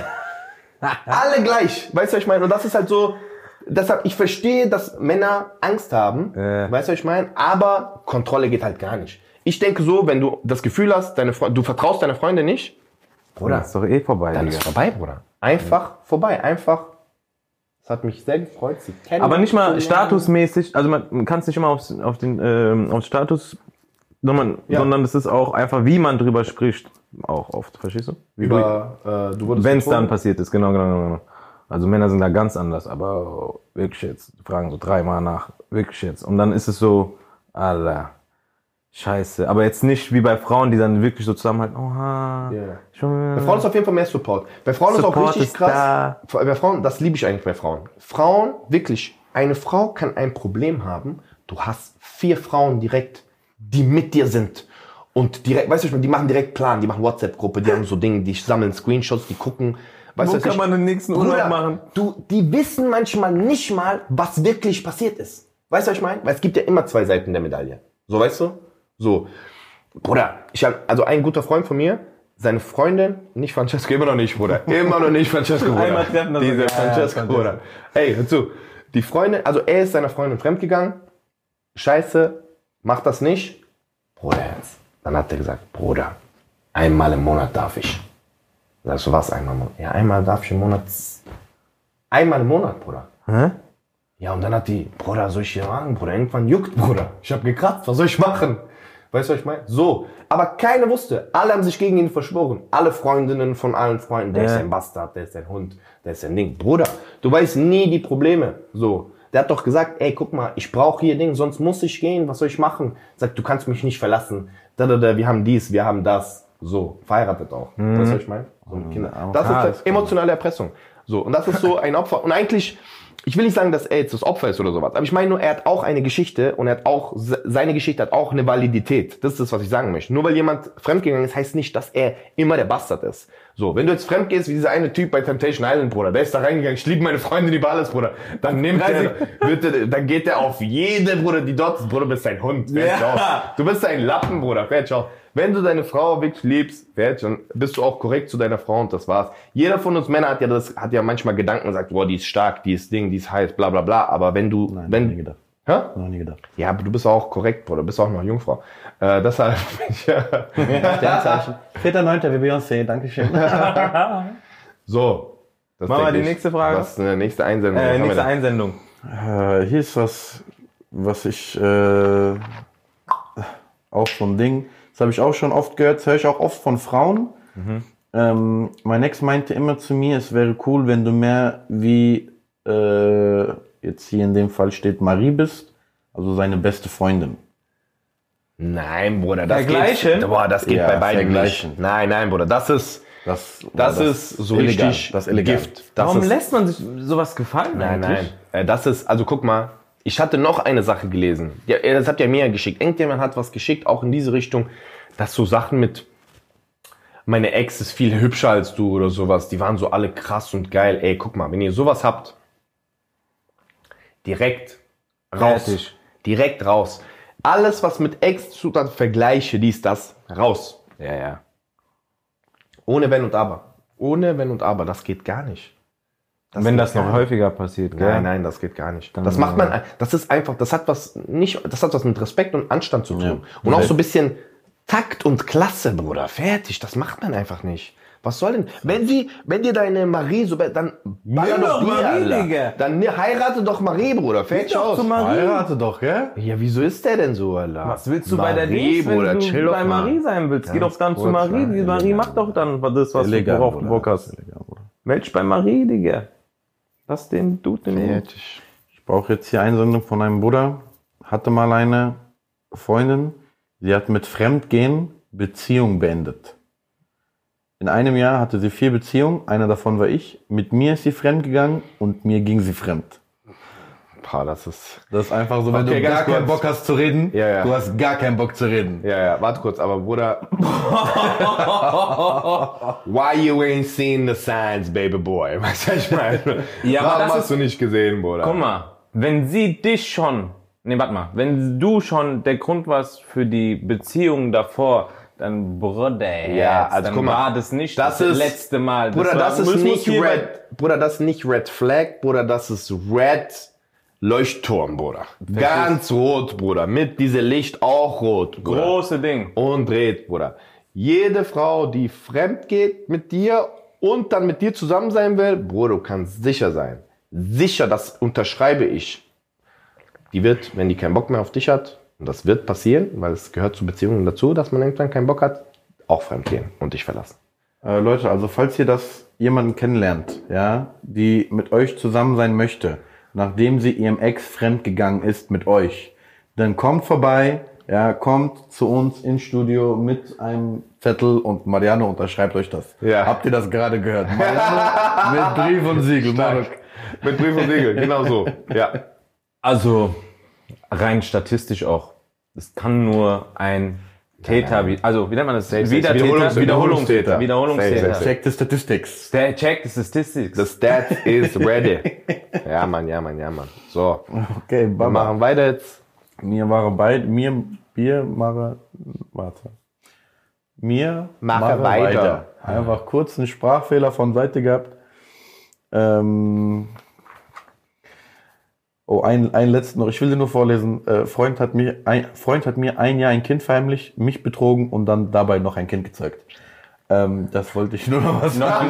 Speaker 2: alle gleich. Weißt du, was ich meine? Und das ist halt so, deshalb, ich verstehe, dass Männer Angst haben.
Speaker 1: Äh.
Speaker 2: Weißt du, was ich meine? Aber Kontrolle geht halt gar nicht. Ich denke so, wenn du das Gefühl hast, deine Fre du vertraust deiner Freundin nicht,
Speaker 1: Bruder, ist doch eh vorbei.
Speaker 2: dann
Speaker 1: Digga.
Speaker 2: ist vorbei, Bruder. Einfach vorbei, einfach. Es hat mich sehr gefreut, Sie kennen.
Speaker 1: Aber nicht mal statusmäßig, also man kann es nicht immer aufs, auf den ähm, auf Status, sondern, sondern es ist auch einfach, wie man drüber spricht, auch oft, verstehst du?
Speaker 2: über. Äh, du wurdest
Speaker 1: Wenn es dann
Speaker 2: betrogen.
Speaker 1: passiert ist, genau, genau, genau. genau. Also Männer sind da ganz anders, aber wirklich jetzt, fragen so dreimal nach, wirklich jetzt. Und dann ist es so, Alter, scheiße. Aber jetzt nicht wie bei Frauen, die dann wirklich so zusammenhalten, oha,
Speaker 2: Ja.
Speaker 1: schon
Speaker 2: Bei Frauen ist auf jeden Fall mehr Support. Bei Frauen ist auch
Speaker 1: Support
Speaker 2: richtig
Speaker 1: ist
Speaker 2: krass.
Speaker 1: da.
Speaker 2: Bei Frauen, das liebe ich eigentlich bei Frauen. Frauen, wirklich, eine Frau kann ein Problem haben. Du hast vier Frauen direkt, die mit dir sind. Und direkt, weißt du, was ich meine, die machen direkt Plan, die machen WhatsApp-Gruppe, die haben so Dinge, die sammeln Screenshots, die gucken. Weißt
Speaker 1: Wo
Speaker 2: was
Speaker 1: kann
Speaker 2: ich-
Speaker 1: man den nächsten Urlaub
Speaker 2: Bruder,
Speaker 1: machen?
Speaker 2: Du, die wissen manchmal nicht mal, was wirklich passiert ist. Weißt du, was ich meine? Weil es gibt ja immer zwei Seiten der Medaille. So, weißt du? So. Bruder, ich habe also ein guter Freund von mir, seine Freundin, nicht Francesco, immer noch nicht, Bruder. Immer noch nicht Francesco, Bruder.
Speaker 1: Einmal treffen, dann
Speaker 2: Diese
Speaker 1: so, ja, ja,
Speaker 2: Francesco,
Speaker 1: Francesco.
Speaker 2: Bruder. Ey, hör zu. Die Freundin, also er ist seiner Freundin fremdgegangen. Scheiße, mach das nicht. Bruder, jetzt. Dann hat er gesagt, Bruder, einmal im Monat darf ich. Sagst du, was einmal im Monat? Ja, einmal darf ich im Monat. Einmal im Monat, Bruder.
Speaker 1: Hä?
Speaker 2: Ja, und dann hat die, Bruder, soll ich hier machen, Bruder? Irgendwann juckt, Bruder. Ich hab gekratzt, was soll ich machen? Weißt du, was ich meine? So. Aber keiner wusste. Alle haben sich gegen ihn verschworen. Alle Freundinnen von allen Freunden. Der ist ein Bastard, der ist ein Hund, der ist ein Ding. Bruder, du weißt nie die Probleme. So. Der hat doch gesagt, ey, guck mal, ich brauche hier Ding, sonst muss ich gehen. Was soll ich machen? Sagt, du kannst mich nicht verlassen. Da, da, da, wir haben dies, wir haben das. So. Verheiratet auch. Weißt du, was ich meine? So mit Kindern. Das
Speaker 3: klar,
Speaker 2: ist emotionale Erpressung. So. Und das ist so ein Opfer. Und eigentlich, ich will nicht sagen, dass er jetzt das Opfer ist oder sowas, aber ich meine nur, er hat auch eine Geschichte und er hat auch, se- seine Geschichte hat auch eine Validität. Das ist das, was ich sagen möchte. Nur weil jemand fremdgegangen ist, heißt nicht, dass er immer der Bastard ist. So, wenn du jetzt fremd gehst, wie dieser eine Typ bei Temptation Island, Bruder, der ist da reingegangen, ich liebe meine Freundin, die alles, Bruder, dann nimmt er, wird er, dann geht er auf jede, Bruder, die dort ist, Bruder, bist ein Hund, fertig
Speaker 1: Ja.
Speaker 2: aus. Du bist ein Lappen, Bruder, fertig aus. Wenn du deine Frau wirklich liebst, fertig, dann bist du auch korrekt zu deiner Frau und das war's. Jeder von uns Männer hat ja das, hat ja manchmal Gedanken und sagt, boah, die ist stark, die ist Ding, die ist heiß, bla, bla, bla, aber wenn du,
Speaker 3: Nein,
Speaker 2: wenn,
Speaker 3: nie gedacht.
Speaker 2: Hä?
Speaker 3: Noch nie gedacht.
Speaker 2: Ja, aber du bist auch korrekt, Bruder, du bist auch noch Jungfrau. Äh, deshalb,
Speaker 3: Sternzeichen. 4.9. wie Beyoncé, Dankeschön.
Speaker 2: So. Das
Speaker 1: Machen wir
Speaker 2: denke
Speaker 1: die nächste Frage?
Speaker 2: Das ist eine nächste Einsendung. Was
Speaker 1: Äh,
Speaker 2: haben wir
Speaker 1: nächste
Speaker 2: da?
Speaker 1: Einsendung.
Speaker 3: Äh, hier ist was, was ich äh, auch so ein Ding. Das habe ich auch schon oft gehört, das höre ich auch oft von Frauen. Ähm, mein Ex meinte immer zu mir, es wäre cool, wenn du mehr wie äh, jetzt hier in dem Fall steht Marie bist, also seine beste Freundin.
Speaker 2: Nein, Bruder, das
Speaker 1: Vergleichen?
Speaker 2: geht. Boah, das geht
Speaker 3: Ja,
Speaker 2: bei beiden
Speaker 3: vergleichen.
Speaker 2: nicht. Nein, nein, Bruder, das ist
Speaker 3: Das,
Speaker 2: das,
Speaker 3: war
Speaker 2: ist so
Speaker 3: illegal,
Speaker 2: richtig
Speaker 3: das ist illegal.
Speaker 2: Gift. Das
Speaker 1: Warum
Speaker 2: ist,
Speaker 1: lässt man sich sowas gefallen
Speaker 2: Nein, nein.
Speaker 1: eigentlich?
Speaker 2: Äh, Das ist, also guck mal, ich hatte noch eine Sache gelesen. Ja, äh, das habt ihr mir ja geschickt. Irgendjemand hat was geschickt, auch in diese Richtung, dass so Sachen mit meine Ex ist viel hübscher als du oder sowas, die waren so alle krass und geil. Ey, guck mal, wenn ihr sowas habt, direkt raus.
Speaker 1: Fertig.
Speaker 2: Direkt raus. Alles, was mit Ex zu dann vergleiche, dies, das, raus.
Speaker 1: Ja, ja.
Speaker 2: Ohne Wenn und Aber. Ohne Wenn und Aber, das geht gar nicht.
Speaker 1: Und wenn
Speaker 2: geht
Speaker 1: das noch
Speaker 2: gar nicht.
Speaker 1: häufiger passiert, gell?
Speaker 2: Nein, nein, das geht gar nicht. das macht man, das ist einfach, das hat was nicht, das hat was mit Respekt und Anstand zu tun. Und auch so ein bisschen Takt und Klasse, Bruder. Fertig, das macht man einfach nicht. Was soll denn, wenn sie, wenn dir deine Marie so, be- dann baller
Speaker 1: Nimm
Speaker 2: doch
Speaker 1: doch
Speaker 2: die,
Speaker 1: Marie,
Speaker 2: Alter.
Speaker 1: Digga.
Speaker 2: Dann ne- heirate doch Marie, Bruder. Fertig aus.
Speaker 3: Heirate doch, gell?
Speaker 2: Ja, wieso ist der denn so, Alter?
Speaker 1: Was willst du bei der
Speaker 2: Marie,
Speaker 1: Dings, wenn
Speaker 2: Bruder,
Speaker 1: du
Speaker 2: chill doch
Speaker 1: bei
Speaker 2: mal.
Speaker 1: Marie sein willst? Geh doch dann zu
Speaker 2: kurz,
Speaker 1: Marie. Die
Speaker 2: nein,
Speaker 1: Marie
Speaker 2: illegal.
Speaker 1: macht doch dann das, was
Speaker 3: Illegal,
Speaker 1: du worauf du
Speaker 3: Bruder,
Speaker 1: Bock
Speaker 3: das ist
Speaker 1: hast.
Speaker 3: illegal, Bruder.
Speaker 1: Welch bei Marie, Digga. Lass den Dude den Mund.
Speaker 2: Fertig.
Speaker 3: Ich brauche jetzt hier Einsendung von einem Bruder. Hatte mal eine Freundin, sie hat mit Fremdgehen Beziehung beendet. In einem Jahr hatte sie vier Beziehungen, eine davon war ich. Mit mir ist sie fremdgegangen und mir ging sie fremd.
Speaker 2: Pah, das ist,
Speaker 3: Das ist einfach so, wenn
Speaker 2: Okay,
Speaker 3: du
Speaker 2: ganz
Speaker 3: gar
Speaker 2: kurz.
Speaker 3: keinen Bock hast zu reden,
Speaker 2: Ja, ja.
Speaker 3: du hast gar keinen Bock zu reden.
Speaker 2: Ja, ja, warte kurz, aber Bruder. Why you ain't seen the signs, baby boy? Weißt du, was ich meine?
Speaker 1: Ja, aber
Speaker 2: Warum
Speaker 1: das
Speaker 2: hast
Speaker 1: ist-
Speaker 2: du nicht gesehen, Bruder?
Speaker 1: Guck mal, wenn sie dich schon, nee, warte mal, wenn du schon der Grund warst für die Beziehung davor, dann Bruder,
Speaker 2: Ja, also
Speaker 1: dann
Speaker 2: guck mal,
Speaker 1: war das nicht
Speaker 2: das
Speaker 1: das,
Speaker 2: ist-
Speaker 1: letzte Mal.
Speaker 2: Bruder,
Speaker 1: war-
Speaker 2: das,
Speaker 1: muss-
Speaker 2: ist
Speaker 1: muss
Speaker 2: nicht
Speaker 1: hier bei-
Speaker 2: Red. Bruder, das ist nicht Red Flag, Bruder, das ist Red Leuchtturm, Bruder. Ganz rot, Bruder. Mit diesem Licht auch rot, Bruder.
Speaker 1: Große Ding.
Speaker 2: und dreht, Bruder. Jede Frau, die fremd geht mit dir und dann mit dir zusammen sein will, Bruder, du kannst sicher sein. Sicher, das unterschreibe ich. Die wird, wenn die keinen Bock mehr auf dich hat, und das wird passieren, weil es gehört zu Beziehungen dazu, dass man irgendwann keinen Bock hat, auch fremd gehen und dich verlassen.
Speaker 3: Äh, Leute, also falls ihr das jemanden kennenlernt, ja, die mit euch zusammen sein möchte, nachdem sie ihrem Ex fremdgegangen ist mit euch, dann kommt vorbei, ja, kommt zu uns ins Studio mit einem Zettel und Mariano unterschreibt euch das.
Speaker 2: Ja.
Speaker 3: Habt ihr das gerade gehört? Mariano mit Brief und Siegel. Marok.
Speaker 2: Mit Brief und Siegel, genau so. Ja.
Speaker 1: Also, rein statistisch auch. Es kann nur ein Täter, wie- also, wie nennt man das? Wieder Täter,
Speaker 2: Wiederholungs- Wiederholungstäter.
Speaker 1: Wiederholungstäter.
Speaker 2: Safe, safe,
Speaker 1: Wiederholungstäter.
Speaker 2: safe.
Speaker 3: Check the statistics.
Speaker 1: Der Check the Statistics.
Speaker 2: The stat is ready. Ja, Mann, ja, Mann, ja, Mann. So, wir
Speaker 3: Okay, Baba.
Speaker 2: machen weiter jetzt.
Speaker 3: Mir war beide, mir, mir mache, warte. Mir
Speaker 2: Mache weiter.
Speaker 3: Einfach kurz einen Sprachfehler von Seite gehabt. Ähm, oh, einen, einen letzten noch. Ich will den nur vorlesen. Äh, Freund, hat mir, ein, Freund hat mir ein Jahr ein Kind verheimlicht, mich betrogen und dann dabei noch ein Kind gezeugt. Ähm, das wollte ich nur noch was sagen.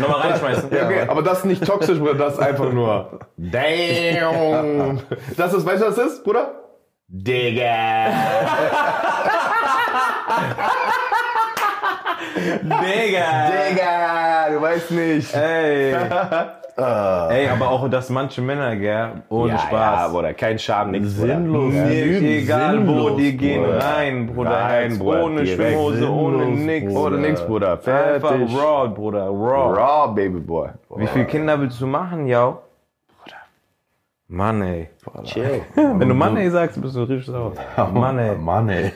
Speaker 1: Nochmal reinschmeißen.
Speaker 2: Okay, aber das ist nicht toxisch, Bruder, das ist einfach nur. Damn! Das ist, weißt du, was das ist, Bruder? Digga!
Speaker 1: Digga.
Speaker 2: Digga, du weißt nicht.
Speaker 1: Ey. Ey, aber auch, dass manche Männer, gell, ohne
Speaker 2: Ah. ja,
Speaker 1: Spaß.
Speaker 2: Ja, Bruder, kein Scham, nichts.
Speaker 3: Sinnlos.
Speaker 2: Bruder.
Speaker 1: Mir
Speaker 3: Lügen,
Speaker 1: egal, wo
Speaker 3: sinnlos,
Speaker 1: die gehen
Speaker 2: Bruder.
Speaker 1: rein, Bruder.
Speaker 2: Rein,
Speaker 1: Heinz,
Speaker 2: Bruder,
Speaker 1: ohne
Speaker 2: direkt.
Speaker 1: Schwimmhose, ohne
Speaker 3: Sinnlos,
Speaker 1: nix.
Speaker 2: Ohne nichts, Bruder. Fertig.
Speaker 1: Einfach raw, Bruder, raw.
Speaker 2: Raw, Baby Boy.
Speaker 1: Wie viele Kinder willst du machen, yo? Bruder. Mann, ey.
Speaker 2: Chill.
Speaker 1: Wenn du Mann, ey sagst, bist du richtig sauer. Mann, ey.
Speaker 3: Mann, ey.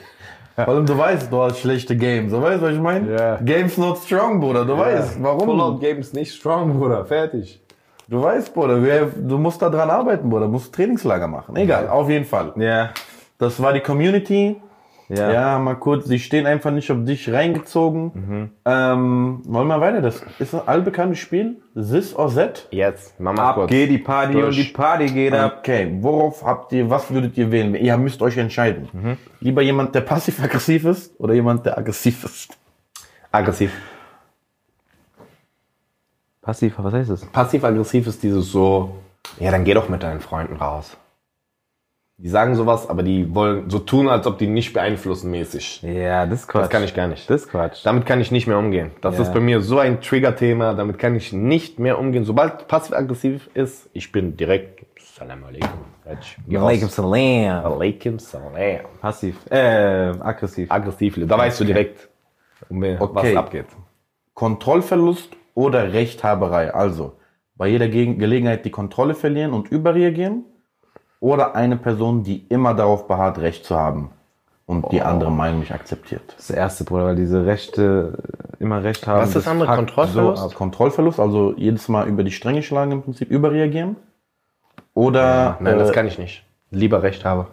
Speaker 3: Vor allem, du weißt, du hast schlechte Games. Du weißt, was ich meine?
Speaker 2: Ja.
Speaker 3: Games not strong, Bruder. Du weißt, warum?
Speaker 2: Games nicht strong, Bruder. Fertig.
Speaker 3: Du weißt, Bruder, wer, du musst da dran arbeiten, Bruder. Du musst Trainingslager machen. Egal, auf jeden Fall.
Speaker 1: Ja,
Speaker 3: Das war die Community.
Speaker 1: ja.
Speaker 3: Ja, mal kurz. Die stehen einfach nicht auf dich reingezogen. Ähm, wollen wir weiter? Das ist ein allbekanntes Spiel. Sis or Set?
Speaker 2: Jetzt, Mama
Speaker 1: Ab
Speaker 2: kurz.
Speaker 1: geht die Party
Speaker 2: Durch.
Speaker 1: und die Party geht ab.
Speaker 3: Okay, worauf habt ihr, was würdet ihr wählen? Ihr müsst euch entscheiden. Lieber jemand, der passiv-aggressiv ist oder jemand, der aggressiv ist.
Speaker 2: Aggressiv.
Speaker 1: Passiv, was heißt das?
Speaker 2: Passiv-aggressiv ist dieses so, ja, dann geh doch mit deinen Freunden raus. Die sagen sowas, aber die wollen so tun, als ob die nicht beeinflussen mäßig.
Speaker 1: Ja, das ist Quatsch.
Speaker 2: Das kann ich gar nicht.
Speaker 1: Das ist Quatsch.
Speaker 2: Damit kann ich nicht mehr umgehen. Das
Speaker 1: Ja.
Speaker 2: ist bei mir so ein Triggerthema, damit kann ich nicht mehr umgehen. Sobald passiv-aggressiv ist, ich bin direkt Salam alaikum. Fertig. Geh raus.
Speaker 1: Alaikum Salam.
Speaker 2: Alaikum salam.
Speaker 1: Passiv. Äh, aggressiv.
Speaker 2: Aggressiv, da weißt du direkt, um
Speaker 3: Okay.
Speaker 2: was abgeht.
Speaker 3: Kontrollverlust oder Rechthaberei. Also bei jeder Ge Gelegenheit die Kontrolle verlieren und überreagieren oder eine Person, die immer darauf beharrt, Recht zu haben und
Speaker 2: Oh.
Speaker 3: die andere Meinung nicht akzeptiert.
Speaker 1: Das erste, Bruder, weil diese Rechte äh, immer Recht haben.
Speaker 2: Was ist das andere?
Speaker 1: fuckt
Speaker 2: Kontrollverlust?
Speaker 1: So ab.
Speaker 3: äh, Kontrollverlust, also jedes Mal über die Stränge schlagen im Prinzip, überreagieren oder
Speaker 2: Nein,
Speaker 3: äh,
Speaker 2: das kann ich nicht. Lieber Recht habe.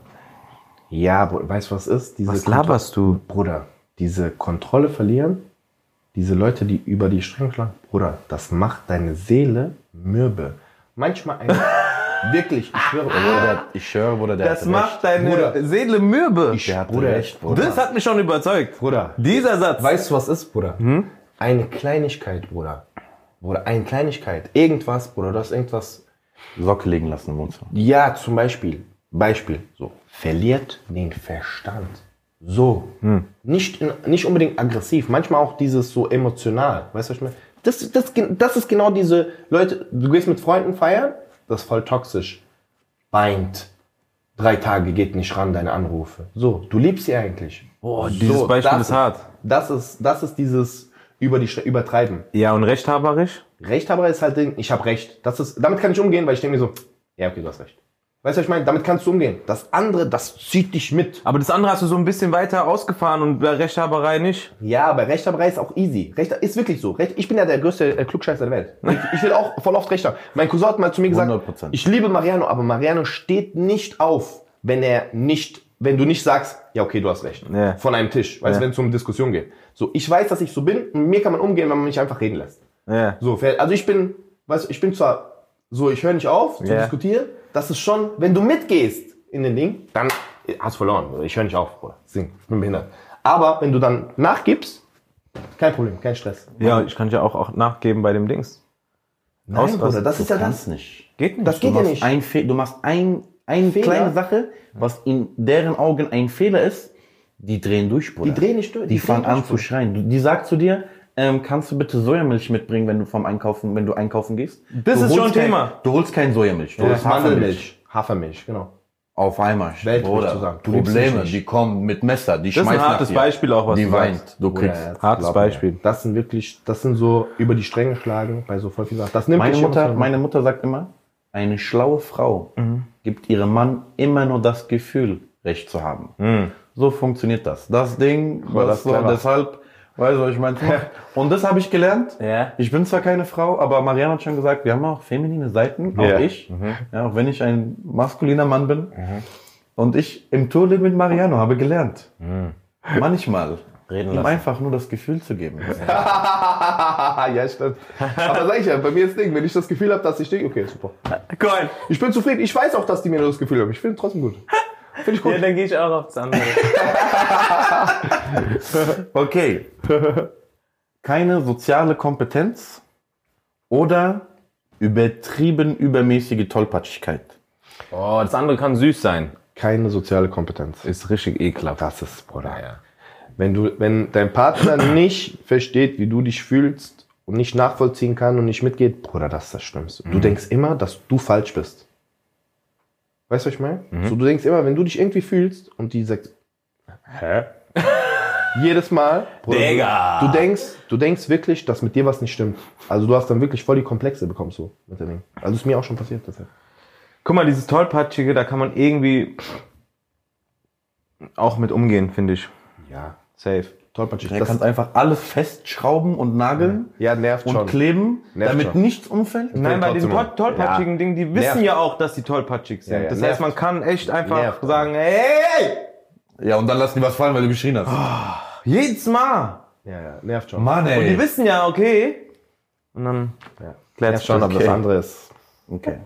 Speaker 2: Ja, Bruder, weißt du, was ist? Diese
Speaker 1: Was laberst du?
Speaker 2: Kontro- Bruder, diese Kontrolle verlieren, diese Leute, die über die Stränge schlagen, Bruder, das macht deine Seele mürbe. Manchmal ein. wirklich, ich schwöre.
Speaker 3: Bruder, der hat, ich schwöre, Bruder, der
Speaker 1: Das
Speaker 3: hatte
Speaker 1: macht deine
Speaker 2: Bruder.
Speaker 1: Seele mürbe.
Speaker 3: recht. Der hatte
Speaker 2: Bruder,
Speaker 3: recht, Bruder.
Speaker 1: das hat mich schon überzeugt.
Speaker 2: Bruder,
Speaker 1: Dieser Satz.
Speaker 2: Weißt du, was ist, Bruder? Eine Kleinigkeit, Bruder. Bruder, eine Kleinigkeit. Irgendwas, Bruder, du hast irgendwas.
Speaker 3: Socke liegen lassen im Wohnzimmer.
Speaker 2: Ja, zum Beispiel. Beispiel. So. Verliert den Verstand. So.
Speaker 1: Hm.
Speaker 2: Nicht, in, nicht unbedingt aggressiv. Manchmal auch dieses so emotional. Weißt du, was ich meine? Das, das, das ist genau diese Leute. Du gehst mit Freunden feiern. Das ist voll toxisch. Weint. Drei Tage geht nicht ran, deine Anrufe. So. Du liebst sie eigentlich.
Speaker 1: Boah, dieses Beispiel
Speaker 2: das
Speaker 1: ist hart.
Speaker 2: Das ist, das ist dieses über die, Stre- Übertreiben.
Speaker 1: Ja, und rechthaberisch?
Speaker 2: Rechthaber ist halt, Ding, ich habe Recht. Das ist, damit kann ich umgehen, weil ich denke mir so, ja, okay, du hast Recht. Weißt du, was ich meine? Damit kannst du umgehen. Das andere, das zieht dich mit.
Speaker 1: Aber das andere hast du so ein bisschen weiter ausgefahren und bei Rechthaberei nicht.
Speaker 2: Ja, aber Rechthaberei ist auch easy. Recht ist wirklich so. Recht, ich bin ja der größte äh, Klugscheißer der Welt. Ich, ich will auch voll oft Recht haben. Mein Cousin hat mal zu mir gesagt,
Speaker 3: 100%.
Speaker 2: ich liebe Mariano, aber Mariano steht nicht auf, wenn er nicht, wenn du nicht sagst, ja, okay, du hast recht.
Speaker 1: Ja.
Speaker 2: Von einem Tisch, weißt du, wenn es um Diskussion geht. So, ich weiß, dass ich so bin und mit mir kann man umgehen, wenn man mich einfach reden lässt.
Speaker 1: Ja.
Speaker 2: So, fair- also ich bin, weißt du, ich bin zwar so, ich höre nicht auf zu
Speaker 1: Ja.
Speaker 2: diskutieren, das ist schon, wenn du mitgehst in den Ding, dann hast du verloren. Bruder. Ich höre nicht auf, Bruder. Sing, ich bin behindert. Aber wenn du dann nachgibst, kein Problem, kein Stress.
Speaker 1: Ja, ich kann ja auch, auch nachgeben bei dem Dings.
Speaker 2: Nein, Bruder, das ist ja das.
Speaker 3: Kannst nicht.
Speaker 1: Geht nicht.
Speaker 2: Das geht
Speaker 3: Du
Speaker 2: ja
Speaker 3: machst
Speaker 2: nicht.
Speaker 3: Ein Fe du machst ein, eine
Speaker 2: Fehler.
Speaker 3: kleine Sache, was in deren Augen ein Fehler ist, die drehen durch, Bruder.
Speaker 2: Die drehen nicht durch,
Speaker 3: Die,
Speaker 2: die
Speaker 3: fangen
Speaker 2: drehen
Speaker 3: an
Speaker 2: durch,
Speaker 3: zu schreien. Du- Die sagt zu dir, ähm, kannst du bitte Sojamilch mitbringen, wenn du vom Einkaufen, wenn du einkaufen gehst?
Speaker 1: Das
Speaker 3: du
Speaker 1: ist
Speaker 3: holst
Speaker 1: schon ein
Speaker 3: kein,
Speaker 1: Thema.
Speaker 3: Du holst kein Sojamilch, du
Speaker 2: Du hast
Speaker 3: holst Hafermilch.
Speaker 2: Mandelmilch, Hafermilch, genau.
Speaker 3: Auf einmal,
Speaker 2: Weltmilch
Speaker 3: Bruder.
Speaker 2: zusammen. Du liebst mich
Speaker 3: Probleme,
Speaker 2: nicht.
Speaker 3: die kommen mit Messer, die
Speaker 1: Das ist
Speaker 3: schmeißen
Speaker 1: ein
Speaker 3: nach
Speaker 1: hartes
Speaker 3: dir.
Speaker 1: Beispiel auch, was
Speaker 3: Die
Speaker 1: du
Speaker 3: weint,
Speaker 1: sagst.
Speaker 3: du
Speaker 2: Bruder,
Speaker 3: kriegst.
Speaker 2: ja, das
Speaker 1: Hartes
Speaker 3: glaub mir.
Speaker 1: Beispiel.
Speaker 2: Das sind wirklich, das sind so über die Stränge schlagen bei so voll viel Sachen. Das nimmt
Speaker 3: Meine
Speaker 2: dich
Speaker 3: Mutter,
Speaker 2: emotional mit.
Speaker 3: meine Mutter sagt immer, eine schlaue Frau
Speaker 2: Mhm.
Speaker 3: gibt ihrem Mann immer nur das Gefühl, Recht zu haben. So funktioniert das. Das Ding,
Speaker 2: Boah, Mhm. das
Speaker 3: das
Speaker 2: ist
Speaker 3: so,
Speaker 2: clever.
Speaker 3: deshalb, weißt du, was ich meine? Und das habe ich gelernt.
Speaker 1: Ja.
Speaker 3: Ich bin zwar keine Frau, aber Marianne hat schon gesagt, wir haben auch feminine Seiten, auch
Speaker 2: Ja. Mhm.
Speaker 3: ich. Ja, auch wenn ich ein maskuliner Mann bin. Und ich im Tourleben mit Mariano habe gelernt,
Speaker 2: Mhm.
Speaker 3: manchmal ihm einfach nur das Gefühl zu geben.
Speaker 2: ja, stimmt. Aber sag ich ja, bei mir ist Ding, wenn ich das Gefühl habe, dass ich denke, okay, super.
Speaker 1: Cool.
Speaker 2: Ich bin zufrieden. Ich weiß auch, dass die mir das Gefühl haben. Ich finde trotzdem gut. Finde ich gut.
Speaker 1: Ja, dann gehe ich auch auf das andere.
Speaker 3: Okay. Keine soziale Kompetenz oder übertrieben übermäßige Tollpatschigkeit.
Speaker 1: Oh, das andere kann süß sein.
Speaker 2: Keine soziale Kompetenz.
Speaker 1: Ist richtig ekelhaft.
Speaker 2: Das ist, Bruder. Wenn du, wenn dein Partner nicht versteht, wie du dich fühlst und nicht nachvollziehen kann und nicht mitgeht, Bruder, das ist das Schlimmste. Du denkst immer, dass du falsch bist. Weißt du, was ich meine? So, du denkst immer, wenn du dich irgendwie fühlst und die sagt, hä? Jedes Mal, Bruder,
Speaker 1: Digga.
Speaker 2: Du, du denkst, du denkst wirklich, dass mit dir was nicht stimmt. Also du hast dann wirklich voll die Komplexe bekommst so mit dem Ding. Also ist mir auch schon passiert deshalb.
Speaker 1: Guck mal, dieses Tollpatschige, da kann man irgendwie auch mit umgehen, finde ich.
Speaker 2: Ja.
Speaker 1: Safe.
Speaker 2: Tollpatschig.
Speaker 3: Du
Speaker 2: Das-
Speaker 3: kannst einfach alles festschrauben und nageln
Speaker 2: Ja, nervt
Speaker 3: und
Speaker 2: schon.
Speaker 3: kleben,
Speaker 2: Nervt
Speaker 3: damit
Speaker 2: schon.
Speaker 3: nichts umfällt.
Speaker 1: Nein, bei diesen
Speaker 2: trotzdem
Speaker 1: toll- tollpatschigen
Speaker 2: Ja.
Speaker 1: Dingen, die wissen
Speaker 2: Nervt.
Speaker 1: ja auch, dass die tollpatschig sind.
Speaker 2: Ja, ja,
Speaker 1: Das heißt,
Speaker 2: nervt.
Speaker 1: man kann echt einfach
Speaker 2: Nervt.
Speaker 1: sagen, hey,
Speaker 3: Ja, und dann lassen die was fallen, weil du geschrien hast.
Speaker 1: jedes Mal.
Speaker 2: Ja, ja, nervt schon.
Speaker 3: Mann, ey.
Speaker 1: Und die wissen ja, okay. Und dann
Speaker 2: Ja.
Speaker 1: klärt
Speaker 2: Nervt schon, aber das
Speaker 3: Okay.
Speaker 2: andere ist.
Speaker 3: Okay.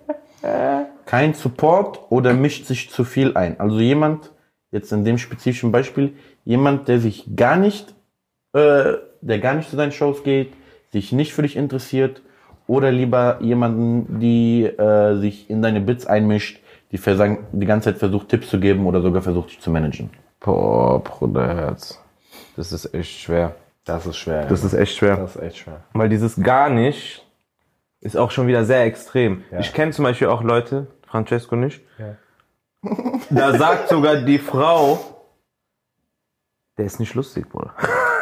Speaker 3: Kein Support oder mischt sich zu viel ein. Also jemand, jetzt in dem spezifischen Beispiel, jemand, der sich gar nicht, äh, der gar nicht zu deinen Shows geht, sich nicht für dich interessiert oder lieber jemanden, die äh, sich in deine Bits einmischt, die, versang, die ganze Zeit versucht, Tipps zu geben oder sogar versucht, dich zu managen.
Speaker 1: Boah, Bruderherz. Das ist echt schwer.
Speaker 2: Das ist schwer.
Speaker 1: Das ist echt schwer.
Speaker 2: das ist echt schwer.
Speaker 1: Weil dieses gar nicht ist auch schon wieder sehr extrem.
Speaker 2: Ja.
Speaker 1: Ich kenne zum Beispiel auch Leute, Francesco nicht, da sagt sogar die Frau, der ist nicht lustig, Bruder.